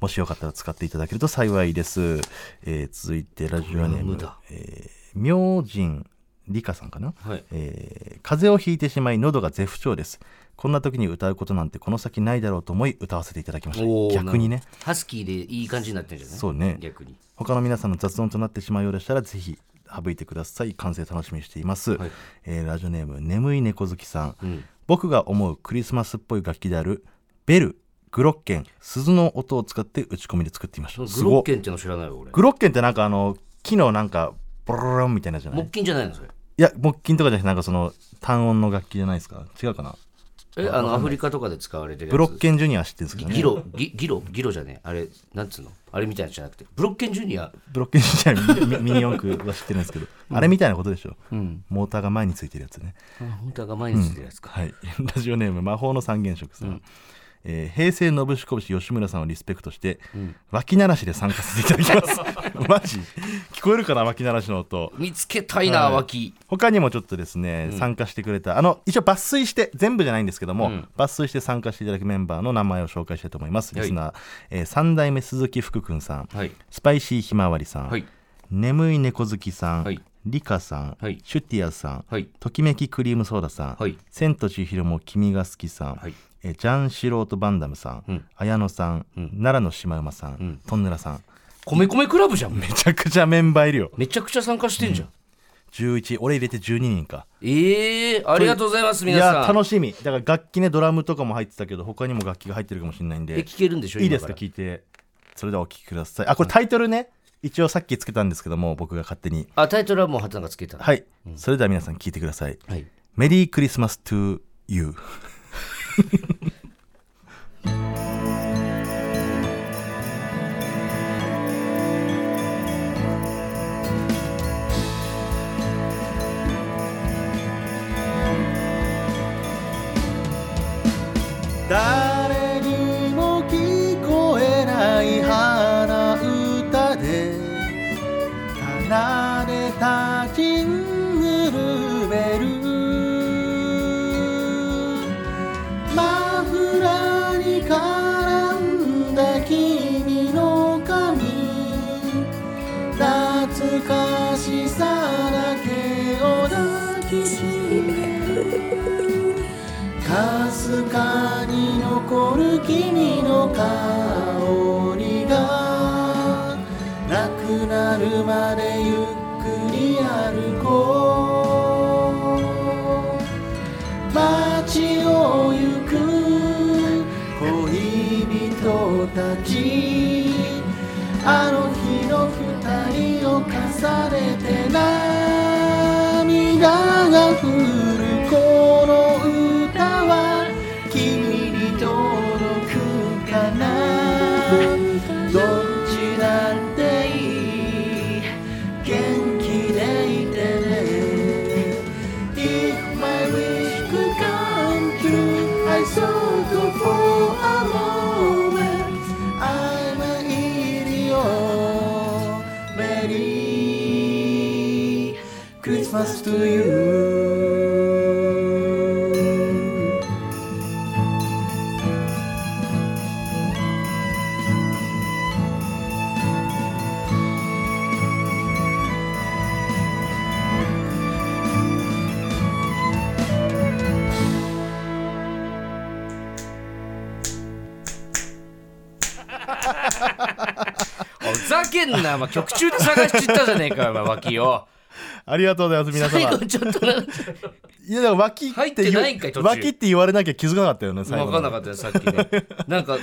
Speaker 2: もしよかったら使っていただけると幸いです、えー続いてラジオネー
Speaker 3: 無
Speaker 2: ム
Speaker 3: だ。
Speaker 2: 明神理香さんかな、
Speaker 3: はい。
Speaker 2: えー風邪をひいてしまい喉が絶不調ですこんな時に歌うことなんてこの先ないだろうと思い歌わせていただきま
Speaker 3: お
Speaker 2: し
Speaker 3: ー
Speaker 2: た逆に。
Speaker 3: な
Speaker 2: ね
Speaker 3: るほどハスキーでいい感じになってるんじゃない
Speaker 2: そうね
Speaker 3: 逆に。
Speaker 2: 他の皆さんの雑音となってしまうようでしたらぜひ省いてください完成楽しみにしています、
Speaker 3: はい
Speaker 2: えーラジオネーム眠い猫好きさん、
Speaker 3: ん
Speaker 2: 僕が思うクリスマスっぽい楽器であるベルグロッケン鈴の音を使って打ち込みで作っていました
Speaker 3: グロッケ
Speaker 2: ン
Speaker 3: ンっての知らないわ俺。
Speaker 2: グロッケンってなんかあの木のなんかボロロロンみたいなじゃない
Speaker 3: 木琴じゃないのそれ。
Speaker 2: いや木琴とかじゃなくてなんかその単音の楽器じゃないですか違うかな
Speaker 3: え、あの、アフリカとかで使われてるやつ。
Speaker 2: ブロッケンジュニアは知ってるんですけどね
Speaker 3: ギロ、ギギロ、ギロじゃねえ。あれ、なんつうのあれみたいなのじゃなくて。ブロッケンジュニア。
Speaker 2: ブロッケンジュニアミミニ四駆は知ってるんですけど、あれみたいなことでしょ、モーターが前についてるやつね
Speaker 3: 本当は毎日でやつか。
Speaker 2: はい、 ラジオネーム魔法の三原色さん、えー平成のぶしこぶし吉村さんをリスペクトして、脇鳴らしで参加させていただきます マジ聞こえるかな脇鳴らしの音
Speaker 3: 見つけたいな、脇。
Speaker 2: 他にもちょっとですね、参加してくれたあの一応抜粋して全部じゃないんですけども、抜粋して参加していただくメンバーの名前を紹介したいと思います、
Speaker 3: はい
Speaker 2: リスナー、えー、3代目鈴木福くんさん、
Speaker 3: はい。
Speaker 2: スパイシーひまわりさん、
Speaker 3: はい。
Speaker 2: 眠い猫好きさん、
Speaker 3: はい
Speaker 2: リカさん、
Speaker 3: はい
Speaker 2: シュティアさん、
Speaker 3: はい。
Speaker 2: ときめきクリームソーダさん、
Speaker 3: はい
Speaker 2: 千と千尋も君が好きさん、
Speaker 3: はい
Speaker 2: えジャン・シロート・バンダムさん、
Speaker 3: ん
Speaker 2: 綾野さん、奈良のシマウマさん、トンネラさん
Speaker 3: 米米クラブじゃん。
Speaker 2: めちゃくちゃメンバーいるよ
Speaker 3: めちゃくちゃ参加してんじゃん。
Speaker 2: 11俺入れて12人か
Speaker 3: ええありがとうございます、
Speaker 2: い
Speaker 3: 皆さ
Speaker 2: や
Speaker 3: ん。
Speaker 2: 楽しみだから楽器ねドラムとかも入ってたけど他にも楽器が入ってるかもしれないん
Speaker 3: え、
Speaker 2: で
Speaker 3: 聞けるんでしょ
Speaker 2: いいですか
Speaker 3: 今ら
Speaker 2: 聞いてそれではお聴きくださいあこれタイトルね一応さっきつけたんですけども僕が勝手に
Speaker 3: あ、タイトルはもう畑中つけた。
Speaker 2: はい、それでは皆さん聞いてください
Speaker 3: はい。
Speaker 2: メリークリスマス to you 誰にも聞こえない花歌で奏でたジングルベルマフラーに絡んだ君の髪懐かしさだけを抱きしめかすかに残る君の香りがなくなるまでゆっくり歩こう街を行く恋人たちあの日の二人を重ねて涙が降る
Speaker 4: 届くかなどっちだっていい元気でいてね If my wish could come true I thought for a moment I'm an idiot Merry Christmas to you
Speaker 3: おいふざけんな、まあ、曲中で探しちったじゃねえかよ、まあ、脇を。
Speaker 2: ありがとうございます皆
Speaker 3: 最
Speaker 2: 様
Speaker 3: 後ちょっとなんか
Speaker 2: いやでも脇って
Speaker 3: 入って
Speaker 2: 言う
Speaker 3: ないんかい途中
Speaker 2: 脇って言われなきゃ気づかなかったよね最後
Speaker 3: 分かんなかったよさっきねなんか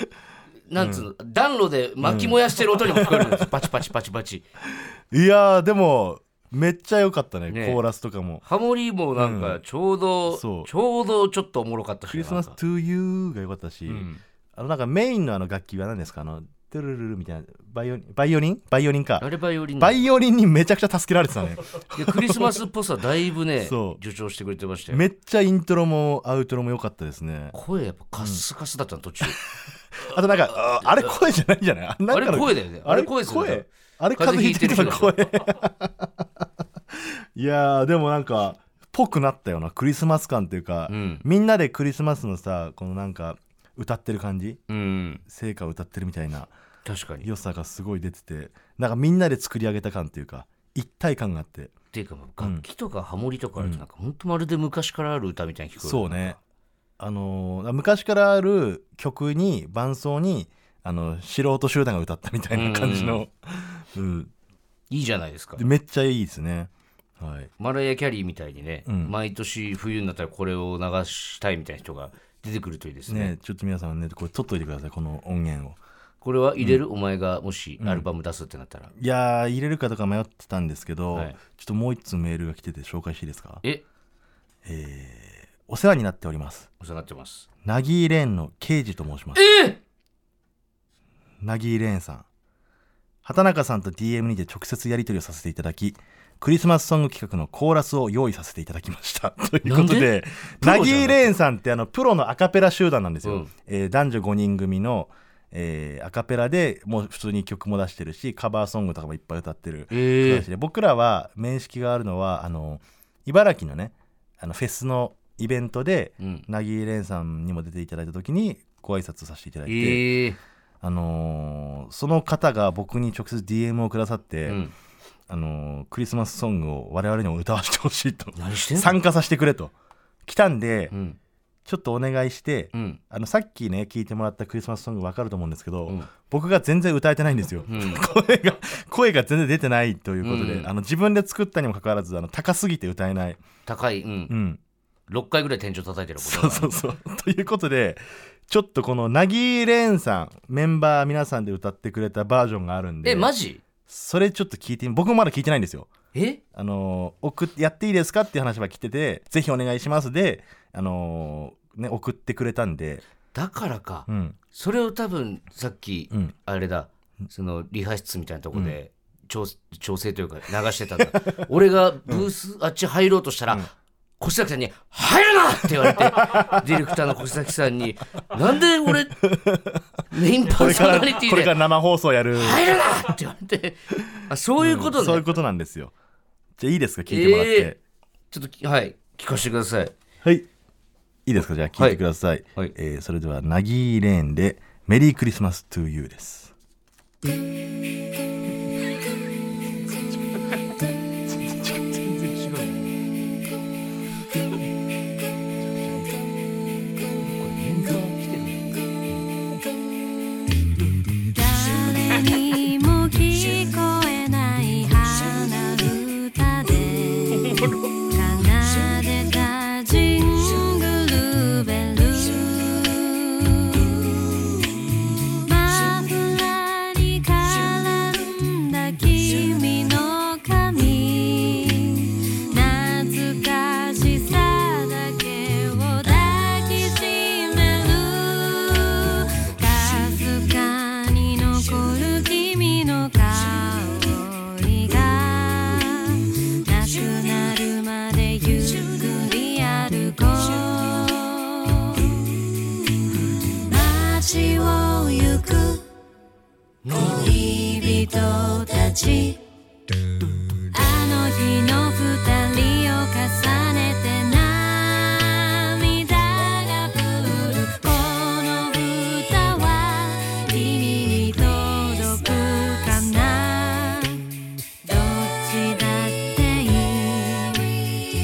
Speaker 3: なんつうの、暖炉で薪燃やしてる音にも聞こえるんですパチパチパチパチ
Speaker 2: いやーでもめっちゃ良かったね
Speaker 3: ね
Speaker 2: コーラスとかも
Speaker 3: ハモリもなんかちょうど、
Speaker 2: そう
Speaker 3: ちょうどちょっとおもろかったし
Speaker 2: クリスマス
Speaker 3: なんか
Speaker 2: to you が良かったし、
Speaker 3: ん
Speaker 2: あのなんかメインのあの楽器は何ですかあのトゥルルルみたいなバイオリンバイオリンバイオリンか
Speaker 3: あれバイオリンな
Speaker 2: バ
Speaker 3: の
Speaker 2: イオリンにめちゃくちゃ助けられてたね
Speaker 3: でクリスマスっぽさだいぶね
Speaker 2: そう
Speaker 3: 助長してくれてましたよ
Speaker 2: めっちゃイントロもアウトロも良かったですね
Speaker 3: 声やっぱカッスカスだったの途中、
Speaker 2: あとなんかああれ声じゃないんじゃないあなんか
Speaker 3: あ
Speaker 2: の
Speaker 3: れ声だよねあれ声ですよね
Speaker 2: 声あれ風
Speaker 3: 風
Speaker 2: 邪ひい
Speaker 3: 邪ひい
Speaker 2: て
Speaker 3: て
Speaker 2: る人
Speaker 3: る人
Speaker 2: の
Speaker 3: の
Speaker 2: 声
Speaker 3: 声
Speaker 2: いやーでもなんかぽくなったよなクリスマス感っていうか、
Speaker 3: うん
Speaker 2: みんなでクリスマスのさこのなんか歌ってる感じ
Speaker 3: うん
Speaker 2: 聖歌を歌ってるみたいな
Speaker 3: 確かにっ
Speaker 2: 良さがすごい出ててなんかみんなで作り上げた感っていうか一体感があって
Speaker 3: ていうかもう楽器とかハモリとかあるとなんか本当まるで昔からある歌みたいに聞こえる
Speaker 2: そうねあのー昔からある曲に伴奏にあの素人集団が歌ったみたいな感じの、うん
Speaker 3: いいじゃないですか
Speaker 2: でめっちゃいいですねはい
Speaker 3: マライア・キャリーみたいにね、
Speaker 2: うん
Speaker 3: 毎年冬になったらこれを流したいみたいな人が出てくるといいですね
Speaker 2: ねちょっと皆さんねこれ取っといてくださいこの音源を
Speaker 3: これは入れる、お前がもしアルバム出すってなったら、
Speaker 2: いやー入れるかとか迷ってたんですけど、
Speaker 3: はい
Speaker 2: ちょっともう一通メールが来てて紹介していいですか
Speaker 3: え
Speaker 2: お世話になっております
Speaker 3: お世話になってます
Speaker 2: ナギーレーンの刑事と申します
Speaker 3: え
Speaker 2: ナギーレーンさん畑中さんと DM にて直接やり取りをさせていただきクリスマスソング企画のコーラスを用意させていただきました ということ
Speaker 3: なん
Speaker 2: で
Speaker 3: で
Speaker 2: ナギーレーンさんってあのプロのアカペラ集団なんですよ、
Speaker 3: うん
Speaker 2: えー男女5人組の、えーアカペラでもう普通に曲も出してるしカバーソングとかもいっぱい歌ってる
Speaker 3: え
Speaker 2: 話で僕らは面識があるのはあの茨城のねあのフェスのイベントで、
Speaker 3: うん
Speaker 2: なぎれんさんにも出ていただいた時にご挨拶させていただいて、
Speaker 3: ええ
Speaker 2: あのーその方が僕に直接 DM をくださって、
Speaker 3: うん、
Speaker 2: あのークリスマスソングを我々にも歌わせてほしいと
Speaker 3: 何してんの、
Speaker 2: 参加させてくれと来たんで、
Speaker 3: うん
Speaker 2: ちょっとお願いして、
Speaker 3: うん
Speaker 2: あのさっきね聞いてもらったクリスマスソングわかると思うんですけど、
Speaker 3: うん
Speaker 2: 僕が全然歌えてないんですよ、
Speaker 3: うん、
Speaker 2: 声が声が全然出てないということで、
Speaker 3: うん
Speaker 2: あの自分で作ったにもかかわらずあの高すぎて歌えない、
Speaker 3: 高い、うん
Speaker 2: うん、
Speaker 3: 6回ぐらい天井叩いてる
Speaker 2: そうそうそうということでちょっとこのなぎれんさんメンバー皆さんで歌ってくれたバージョンがあるんで
Speaker 3: えマジ
Speaker 2: それちょっと聞いてみ僕もまだ聞いてないんですよ
Speaker 3: え
Speaker 2: あのー送っやっていいですかっていう話は来ててぜひお願いしますであのーね送ってくれたんで
Speaker 3: だからか、
Speaker 2: うん
Speaker 3: それを多分さっき、
Speaker 2: うん
Speaker 3: あれだそのリハ室みたいなとこで、調調整というか流してたんだ 俺がブース、あっち入ろうとしたら、越崎さんに「入るな!」って言われてディレクターの越崎さん に「なんで俺メインパ
Speaker 2: こ
Speaker 3: ー
Speaker 2: れ
Speaker 3: ソ
Speaker 2: から
Speaker 3: ナリテ
Speaker 2: こ
Speaker 3: ィ
Speaker 2: れから
Speaker 3: で
Speaker 2: 生放送やる
Speaker 3: 入るな!」って言われてあそういうことね、
Speaker 2: そういうことなんですよじゃあいいですか聞いてもらって、
Speaker 3: えちょっときはい聞かせてください
Speaker 2: はい。いいですかじゃあ聞いてください。
Speaker 3: はいはい
Speaker 2: えーそれでは、ナギーレーンで、メリークリスマストゥーユーです。
Speaker 5: 誰にも聞こえない花歌で奏でたジングルベルマフラーに絡街を行く恋人たちあの日の二人を重ねて涙が降るこの歌は君に届くかなどっちだってい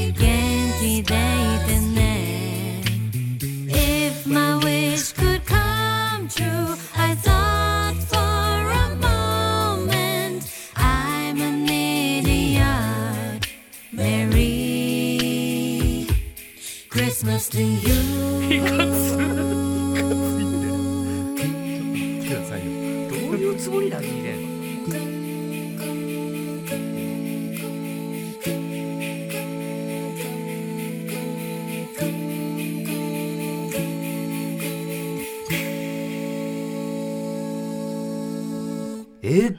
Speaker 5: い元気でいてね If my wish could come true, I thought for a moment I'm an idiot. Merry Christmas to you.
Speaker 2: 見てくださいよ
Speaker 3: どういうつもりなんで入れんのえぐっ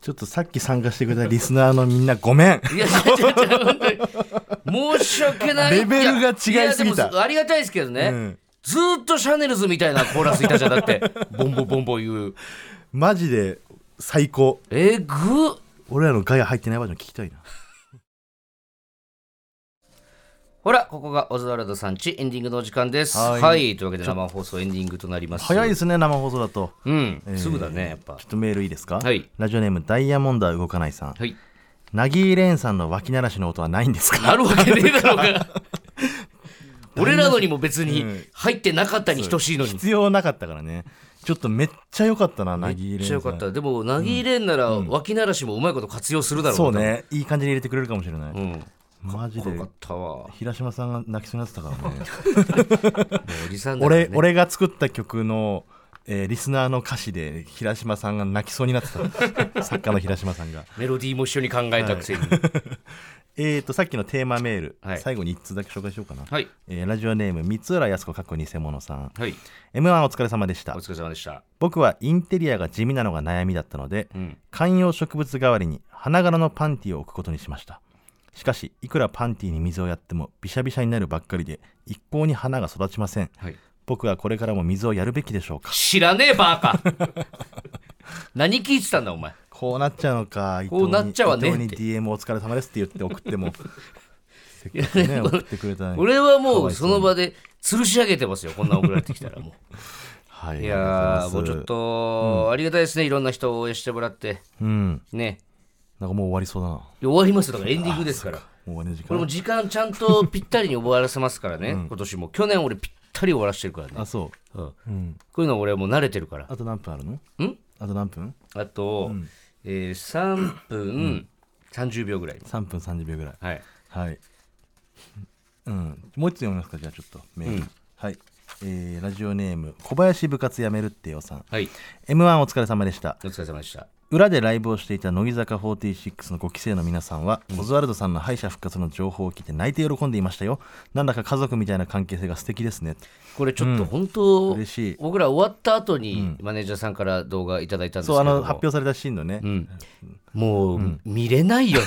Speaker 2: ちょっとさっき参加してくれたリスナーのみんなごめん
Speaker 3: いや、違う違う違う本当に申し訳ない。
Speaker 2: レベルが違いすぎた
Speaker 3: ややでもありがたいですけどね。
Speaker 2: うん
Speaker 3: ずーっとシャネルズみたいなコーラスいたじゃん だって。ボンボボンボ言う。
Speaker 2: マジで最高
Speaker 3: えぐっ
Speaker 2: 俺らのガヤ入ってないバージョン聞きたいな
Speaker 3: ほら、ここがオズワルドさんちエンディングのお時間です。は、
Speaker 2: はいい
Speaker 3: というわけで生放送エンディングとなります。。
Speaker 2: 早いですすね生放送だと、
Speaker 3: うん、
Speaker 2: えー
Speaker 3: すぐだね、やっぱ
Speaker 2: ちょ。っとメールいいですか、
Speaker 3: はい
Speaker 2: ラジオネームダイヤモンドは動かないさん
Speaker 3: はい。
Speaker 2: ナギーレーンさんの脇鳴らしの音はないんですか
Speaker 3: なるわけねえだろう が。俺らのにも別に
Speaker 2: うん
Speaker 3: 入ってなかったに等しいのに。
Speaker 2: 必要なかったからねちょっとめっちゃ良かったなナギ
Speaker 3: め
Speaker 2: ー
Speaker 3: っ
Speaker 2: レーン
Speaker 3: ち
Speaker 2: さ
Speaker 3: ゃ
Speaker 2: ん
Speaker 3: よかった。でも、なぎれんなら、脇ならしもうまいこと活用するだろ
Speaker 2: そう。ねいい感じに入れてくれるかもしれない、
Speaker 3: 多分うん。
Speaker 2: マジ
Speaker 3: こ
Speaker 2: で
Speaker 3: よかったわ。
Speaker 2: 平島さんが泣きそうになってたからね
Speaker 3: おじさんだからね
Speaker 2: 俺俺が作った曲の、えーリスナーの歌詞で平島さんが泣きそうになって た作家の平島さんが
Speaker 3: メロディーも一緒に考えたく せに。
Speaker 2: えーとさっきのテーマメール、
Speaker 3: はい
Speaker 2: 最後に1通だけ紹介しようかな、
Speaker 3: はい。
Speaker 2: えーラジオネーム三浦靖子かっこ偽物さん
Speaker 3: はい。
Speaker 2: M1 お疲れ様でし
Speaker 3: お
Speaker 2: た
Speaker 3: 疲れ様でした。
Speaker 2: 僕はインテリアが地味なのが悩みだったので、
Speaker 3: うん。
Speaker 2: 観葉植物代わりに花柄のパンティを置くことにしましたしかしいくらパンティに水をやってもびしゃびしゃになるばっかりで一向に花が育ちません
Speaker 3: はい。
Speaker 2: 僕はこれからも水をやるべきでしょうか
Speaker 3: 知らねえバ カ何聞いてたんだお前
Speaker 2: こうなっちゃうのか伊
Speaker 3: こうなっちゃわね
Speaker 2: 藤に伊
Speaker 3: って
Speaker 2: 藤に DM お疲れ様ですって言って送って もせっかくね送ってくれたのに
Speaker 3: 俺はも
Speaker 2: かわ
Speaker 3: う
Speaker 2: いそ
Speaker 3: そう
Speaker 2: に
Speaker 3: の場で吊るし上げてますよこんな送られてきたらも
Speaker 2: は
Speaker 3: う
Speaker 2: い
Speaker 3: いやー
Speaker 2: あ
Speaker 3: もう
Speaker 2: り
Speaker 3: ち
Speaker 2: がござ
Speaker 3: ょっ
Speaker 2: います
Speaker 3: とありがたいですねいろんな人を応援してもらって
Speaker 2: うん
Speaker 3: ね
Speaker 2: なんかもう終わりそうだなも
Speaker 3: 終わりますよだからエンディングですから
Speaker 2: う終わりの時
Speaker 3: これも
Speaker 2: 間
Speaker 3: 時間ちゃんとぴったりに終わらせますからね今年も去年俺ぴったり終わらせてるからね
Speaker 2: あそう
Speaker 3: うん
Speaker 2: うん
Speaker 3: こういうの俺はもう慣れてるから
Speaker 2: あと何分あるの
Speaker 3: ん
Speaker 2: あと何分
Speaker 3: あとえー3分30秒ぐらい
Speaker 2: ?3 分30秒ぐらい
Speaker 3: はい
Speaker 2: はい。 うん。もう一つ読みますか、じゃあちょっとメール。
Speaker 3: うん
Speaker 2: はい。えーラジオネーム、小林部活やめるってよさん。
Speaker 3: はい
Speaker 2: M1 お疲れ様でした。
Speaker 3: お疲れ様でした
Speaker 2: 裏でライブをしていた乃木坂46のご期生の皆さんは、オズワルドさんの敗者復活の情報を聞いて泣いて喜んでいましたよ。なんだか家族みたいな関係性が素敵ですね。
Speaker 3: これちょっと本当、
Speaker 2: 嬉しい
Speaker 3: 僕ら終わった後にマネージャーさんから動画いただいたんですけ
Speaker 2: そう、
Speaker 3: ど
Speaker 2: あ
Speaker 3: も
Speaker 2: の、発表されたシーンのね。
Speaker 3: うん、もう、見れな いよ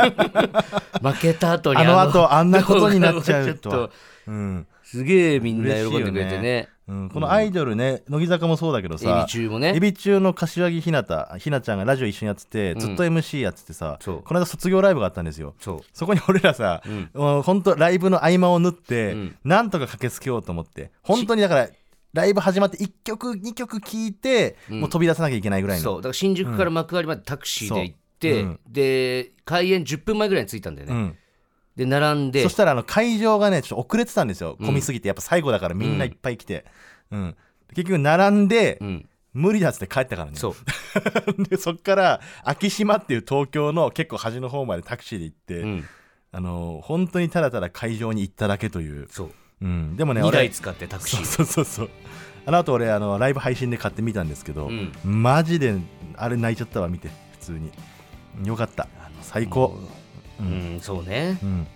Speaker 3: 負けた後に
Speaker 2: あの後あんなことになっちゃうと
Speaker 3: 動画をちょっ
Speaker 2: うん。
Speaker 3: すげえみんな喜んでくれてね
Speaker 2: うん、このアイドルね、乃木坂もそうだけどさ
Speaker 3: エビ中もね
Speaker 2: エビ中の柏木ひなたひなちゃんがラジオ一緒にやっててずっと MC やっててさ、
Speaker 3: そう
Speaker 2: この間卒業ライブがあったんですよ
Speaker 3: そう
Speaker 2: そこに俺らさ、もう本当ライブの合間を縫って、
Speaker 3: ん
Speaker 2: なんとか駆けつけようと思って本当にだからライブ始まって1曲2曲聴いて、もう飛び出さなきゃいけないぐらい
Speaker 3: そう
Speaker 2: の
Speaker 3: だから新宿から幕張までタクシーで行って、
Speaker 2: そううん
Speaker 3: で開演10分前ぐらいに着いたんだよね、
Speaker 2: ん
Speaker 3: で並んで
Speaker 2: そしたらあの会場がねちょっと遅れてたんですよ混みすぎてやっぱ最後だからみんないっぱい来て、うん結局並んで、
Speaker 3: うん、
Speaker 2: 無理だっつって帰ったからね
Speaker 3: そう
Speaker 2: でそっから昭島っていう東京の結構端の方までタクシーで行って、
Speaker 3: ん
Speaker 2: あの本当にただただ会場に行っただけという、
Speaker 3: そう
Speaker 2: うん、でもね
Speaker 3: 2台
Speaker 2: 俺
Speaker 3: 使ってタクシ
Speaker 2: そうそ
Speaker 3: ー
Speaker 2: うそうそうあの後俺あのライブ配信で買ってみたんですけど、
Speaker 3: うん
Speaker 2: マジであれ泣いちゃったわ見て普通によかった最高
Speaker 3: うん、そうね
Speaker 2: うん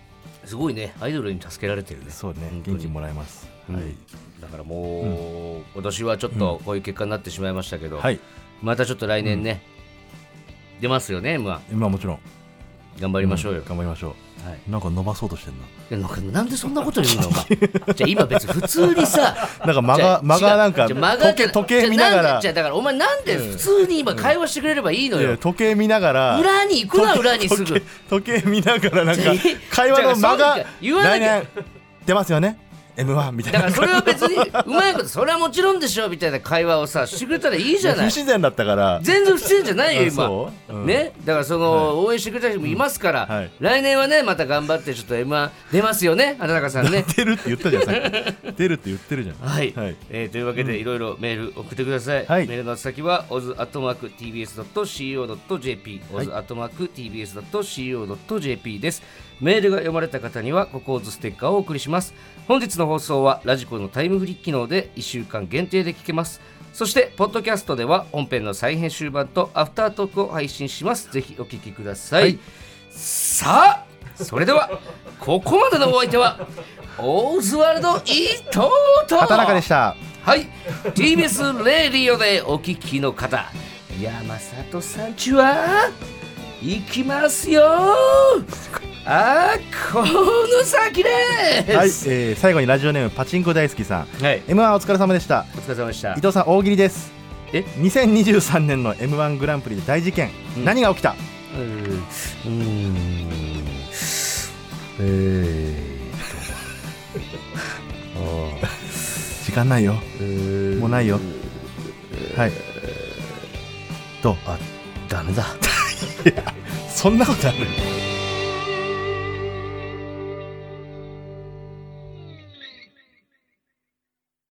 Speaker 3: すごいねアイドルに助けられてるね
Speaker 2: そうね
Speaker 3: 本当に
Speaker 2: 元気もらえます、
Speaker 3: うん
Speaker 2: はい、
Speaker 3: だからもう、今年はちょっとこういう結果になってしまいましたけど、
Speaker 2: はい、
Speaker 3: またちょっと来年ね、出ますよね、M は。
Speaker 2: 今もちろん
Speaker 3: 頑張りましょうよ、
Speaker 2: 頑張りましょ
Speaker 3: はいいう
Speaker 2: なんか伸ばそうとしてんな
Speaker 3: やなんかなんでそんなこと言うんだお前 じゃあ今別に普通にさ
Speaker 2: なんか間
Speaker 3: じゃあ
Speaker 2: が間がなんか
Speaker 3: 違うじゃあ間が
Speaker 2: 時計時計見ながら
Speaker 3: じゃあんでじゃあだからお前なんで普通に今会話してくれればいいの
Speaker 2: い
Speaker 3: よ、
Speaker 2: や時計見ながら
Speaker 3: 裏に行くな裏にす
Speaker 2: 時
Speaker 3: ぐ
Speaker 2: 計時計見ながらなんか
Speaker 3: じゃあ
Speaker 2: 会話の間が
Speaker 3: じゃあそうか
Speaker 2: 来
Speaker 3: 言わな
Speaker 2: 年出ますよね M1 みたい
Speaker 3: だ
Speaker 2: な
Speaker 3: からそれは別にうまいことそれはもちろんでしょみたいな会話をさしてくれたらいいじゃ
Speaker 2: 不
Speaker 3: ない
Speaker 2: 自然だったから
Speaker 3: 全然不自然じゃないよ
Speaker 2: あ
Speaker 3: 今
Speaker 2: そ、ううん
Speaker 3: ねだからその、応援してくれた人もいますから、
Speaker 2: はい
Speaker 3: 来年はねまた頑張ってちょっと m 1出ますよね畑中さんね
Speaker 2: 出るって言ったじゃんさっき出るって言ってるじゃん
Speaker 3: はい、
Speaker 2: はい
Speaker 3: えーというわけでいろいろメール送ってください、
Speaker 2: はい
Speaker 3: メールの宛先は oz.tbs.co.jp oz.tbs.co.jp ですメールが読まれた方にはココーズステッカーをお送りします本日の放送はラジコのタイムフリー機能で1週間限定で聞けますそしてポッドキャストでは本編の再編集版とアフタートークを配信しますぜひお聞きください、さあそれではここまでのお相手はオーズワルド伊藤と
Speaker 2: 畑中でした
Speaker 3: はい、TBS レディオでお聞きの方、山里さんちは行きますよ。あ、この先で
Speaker 2: はい、え
Speaker 3: す。
Speaker 2: ー最後にラジオネームパチンコ大好きさん
Speaker 3: はい、
Speaker 2: M1 お疲れ様でした
Speaker 3: お疲れ様でし
Speaker 2: 伊。
Speaker 3: た
Speaker 2: 藤さん大喜利です
Speaker 3: え
Speaker 2: 2023年の M1 グランプリで大事件、何が起きた
Speaker 3: うーん、えー
Speaker 2: 時間ないよ
Speaker 3: えー
Speaker 2: もうないよはいどう
Speaker 3: あ、ダメだ。
Speaker 2: そんなことある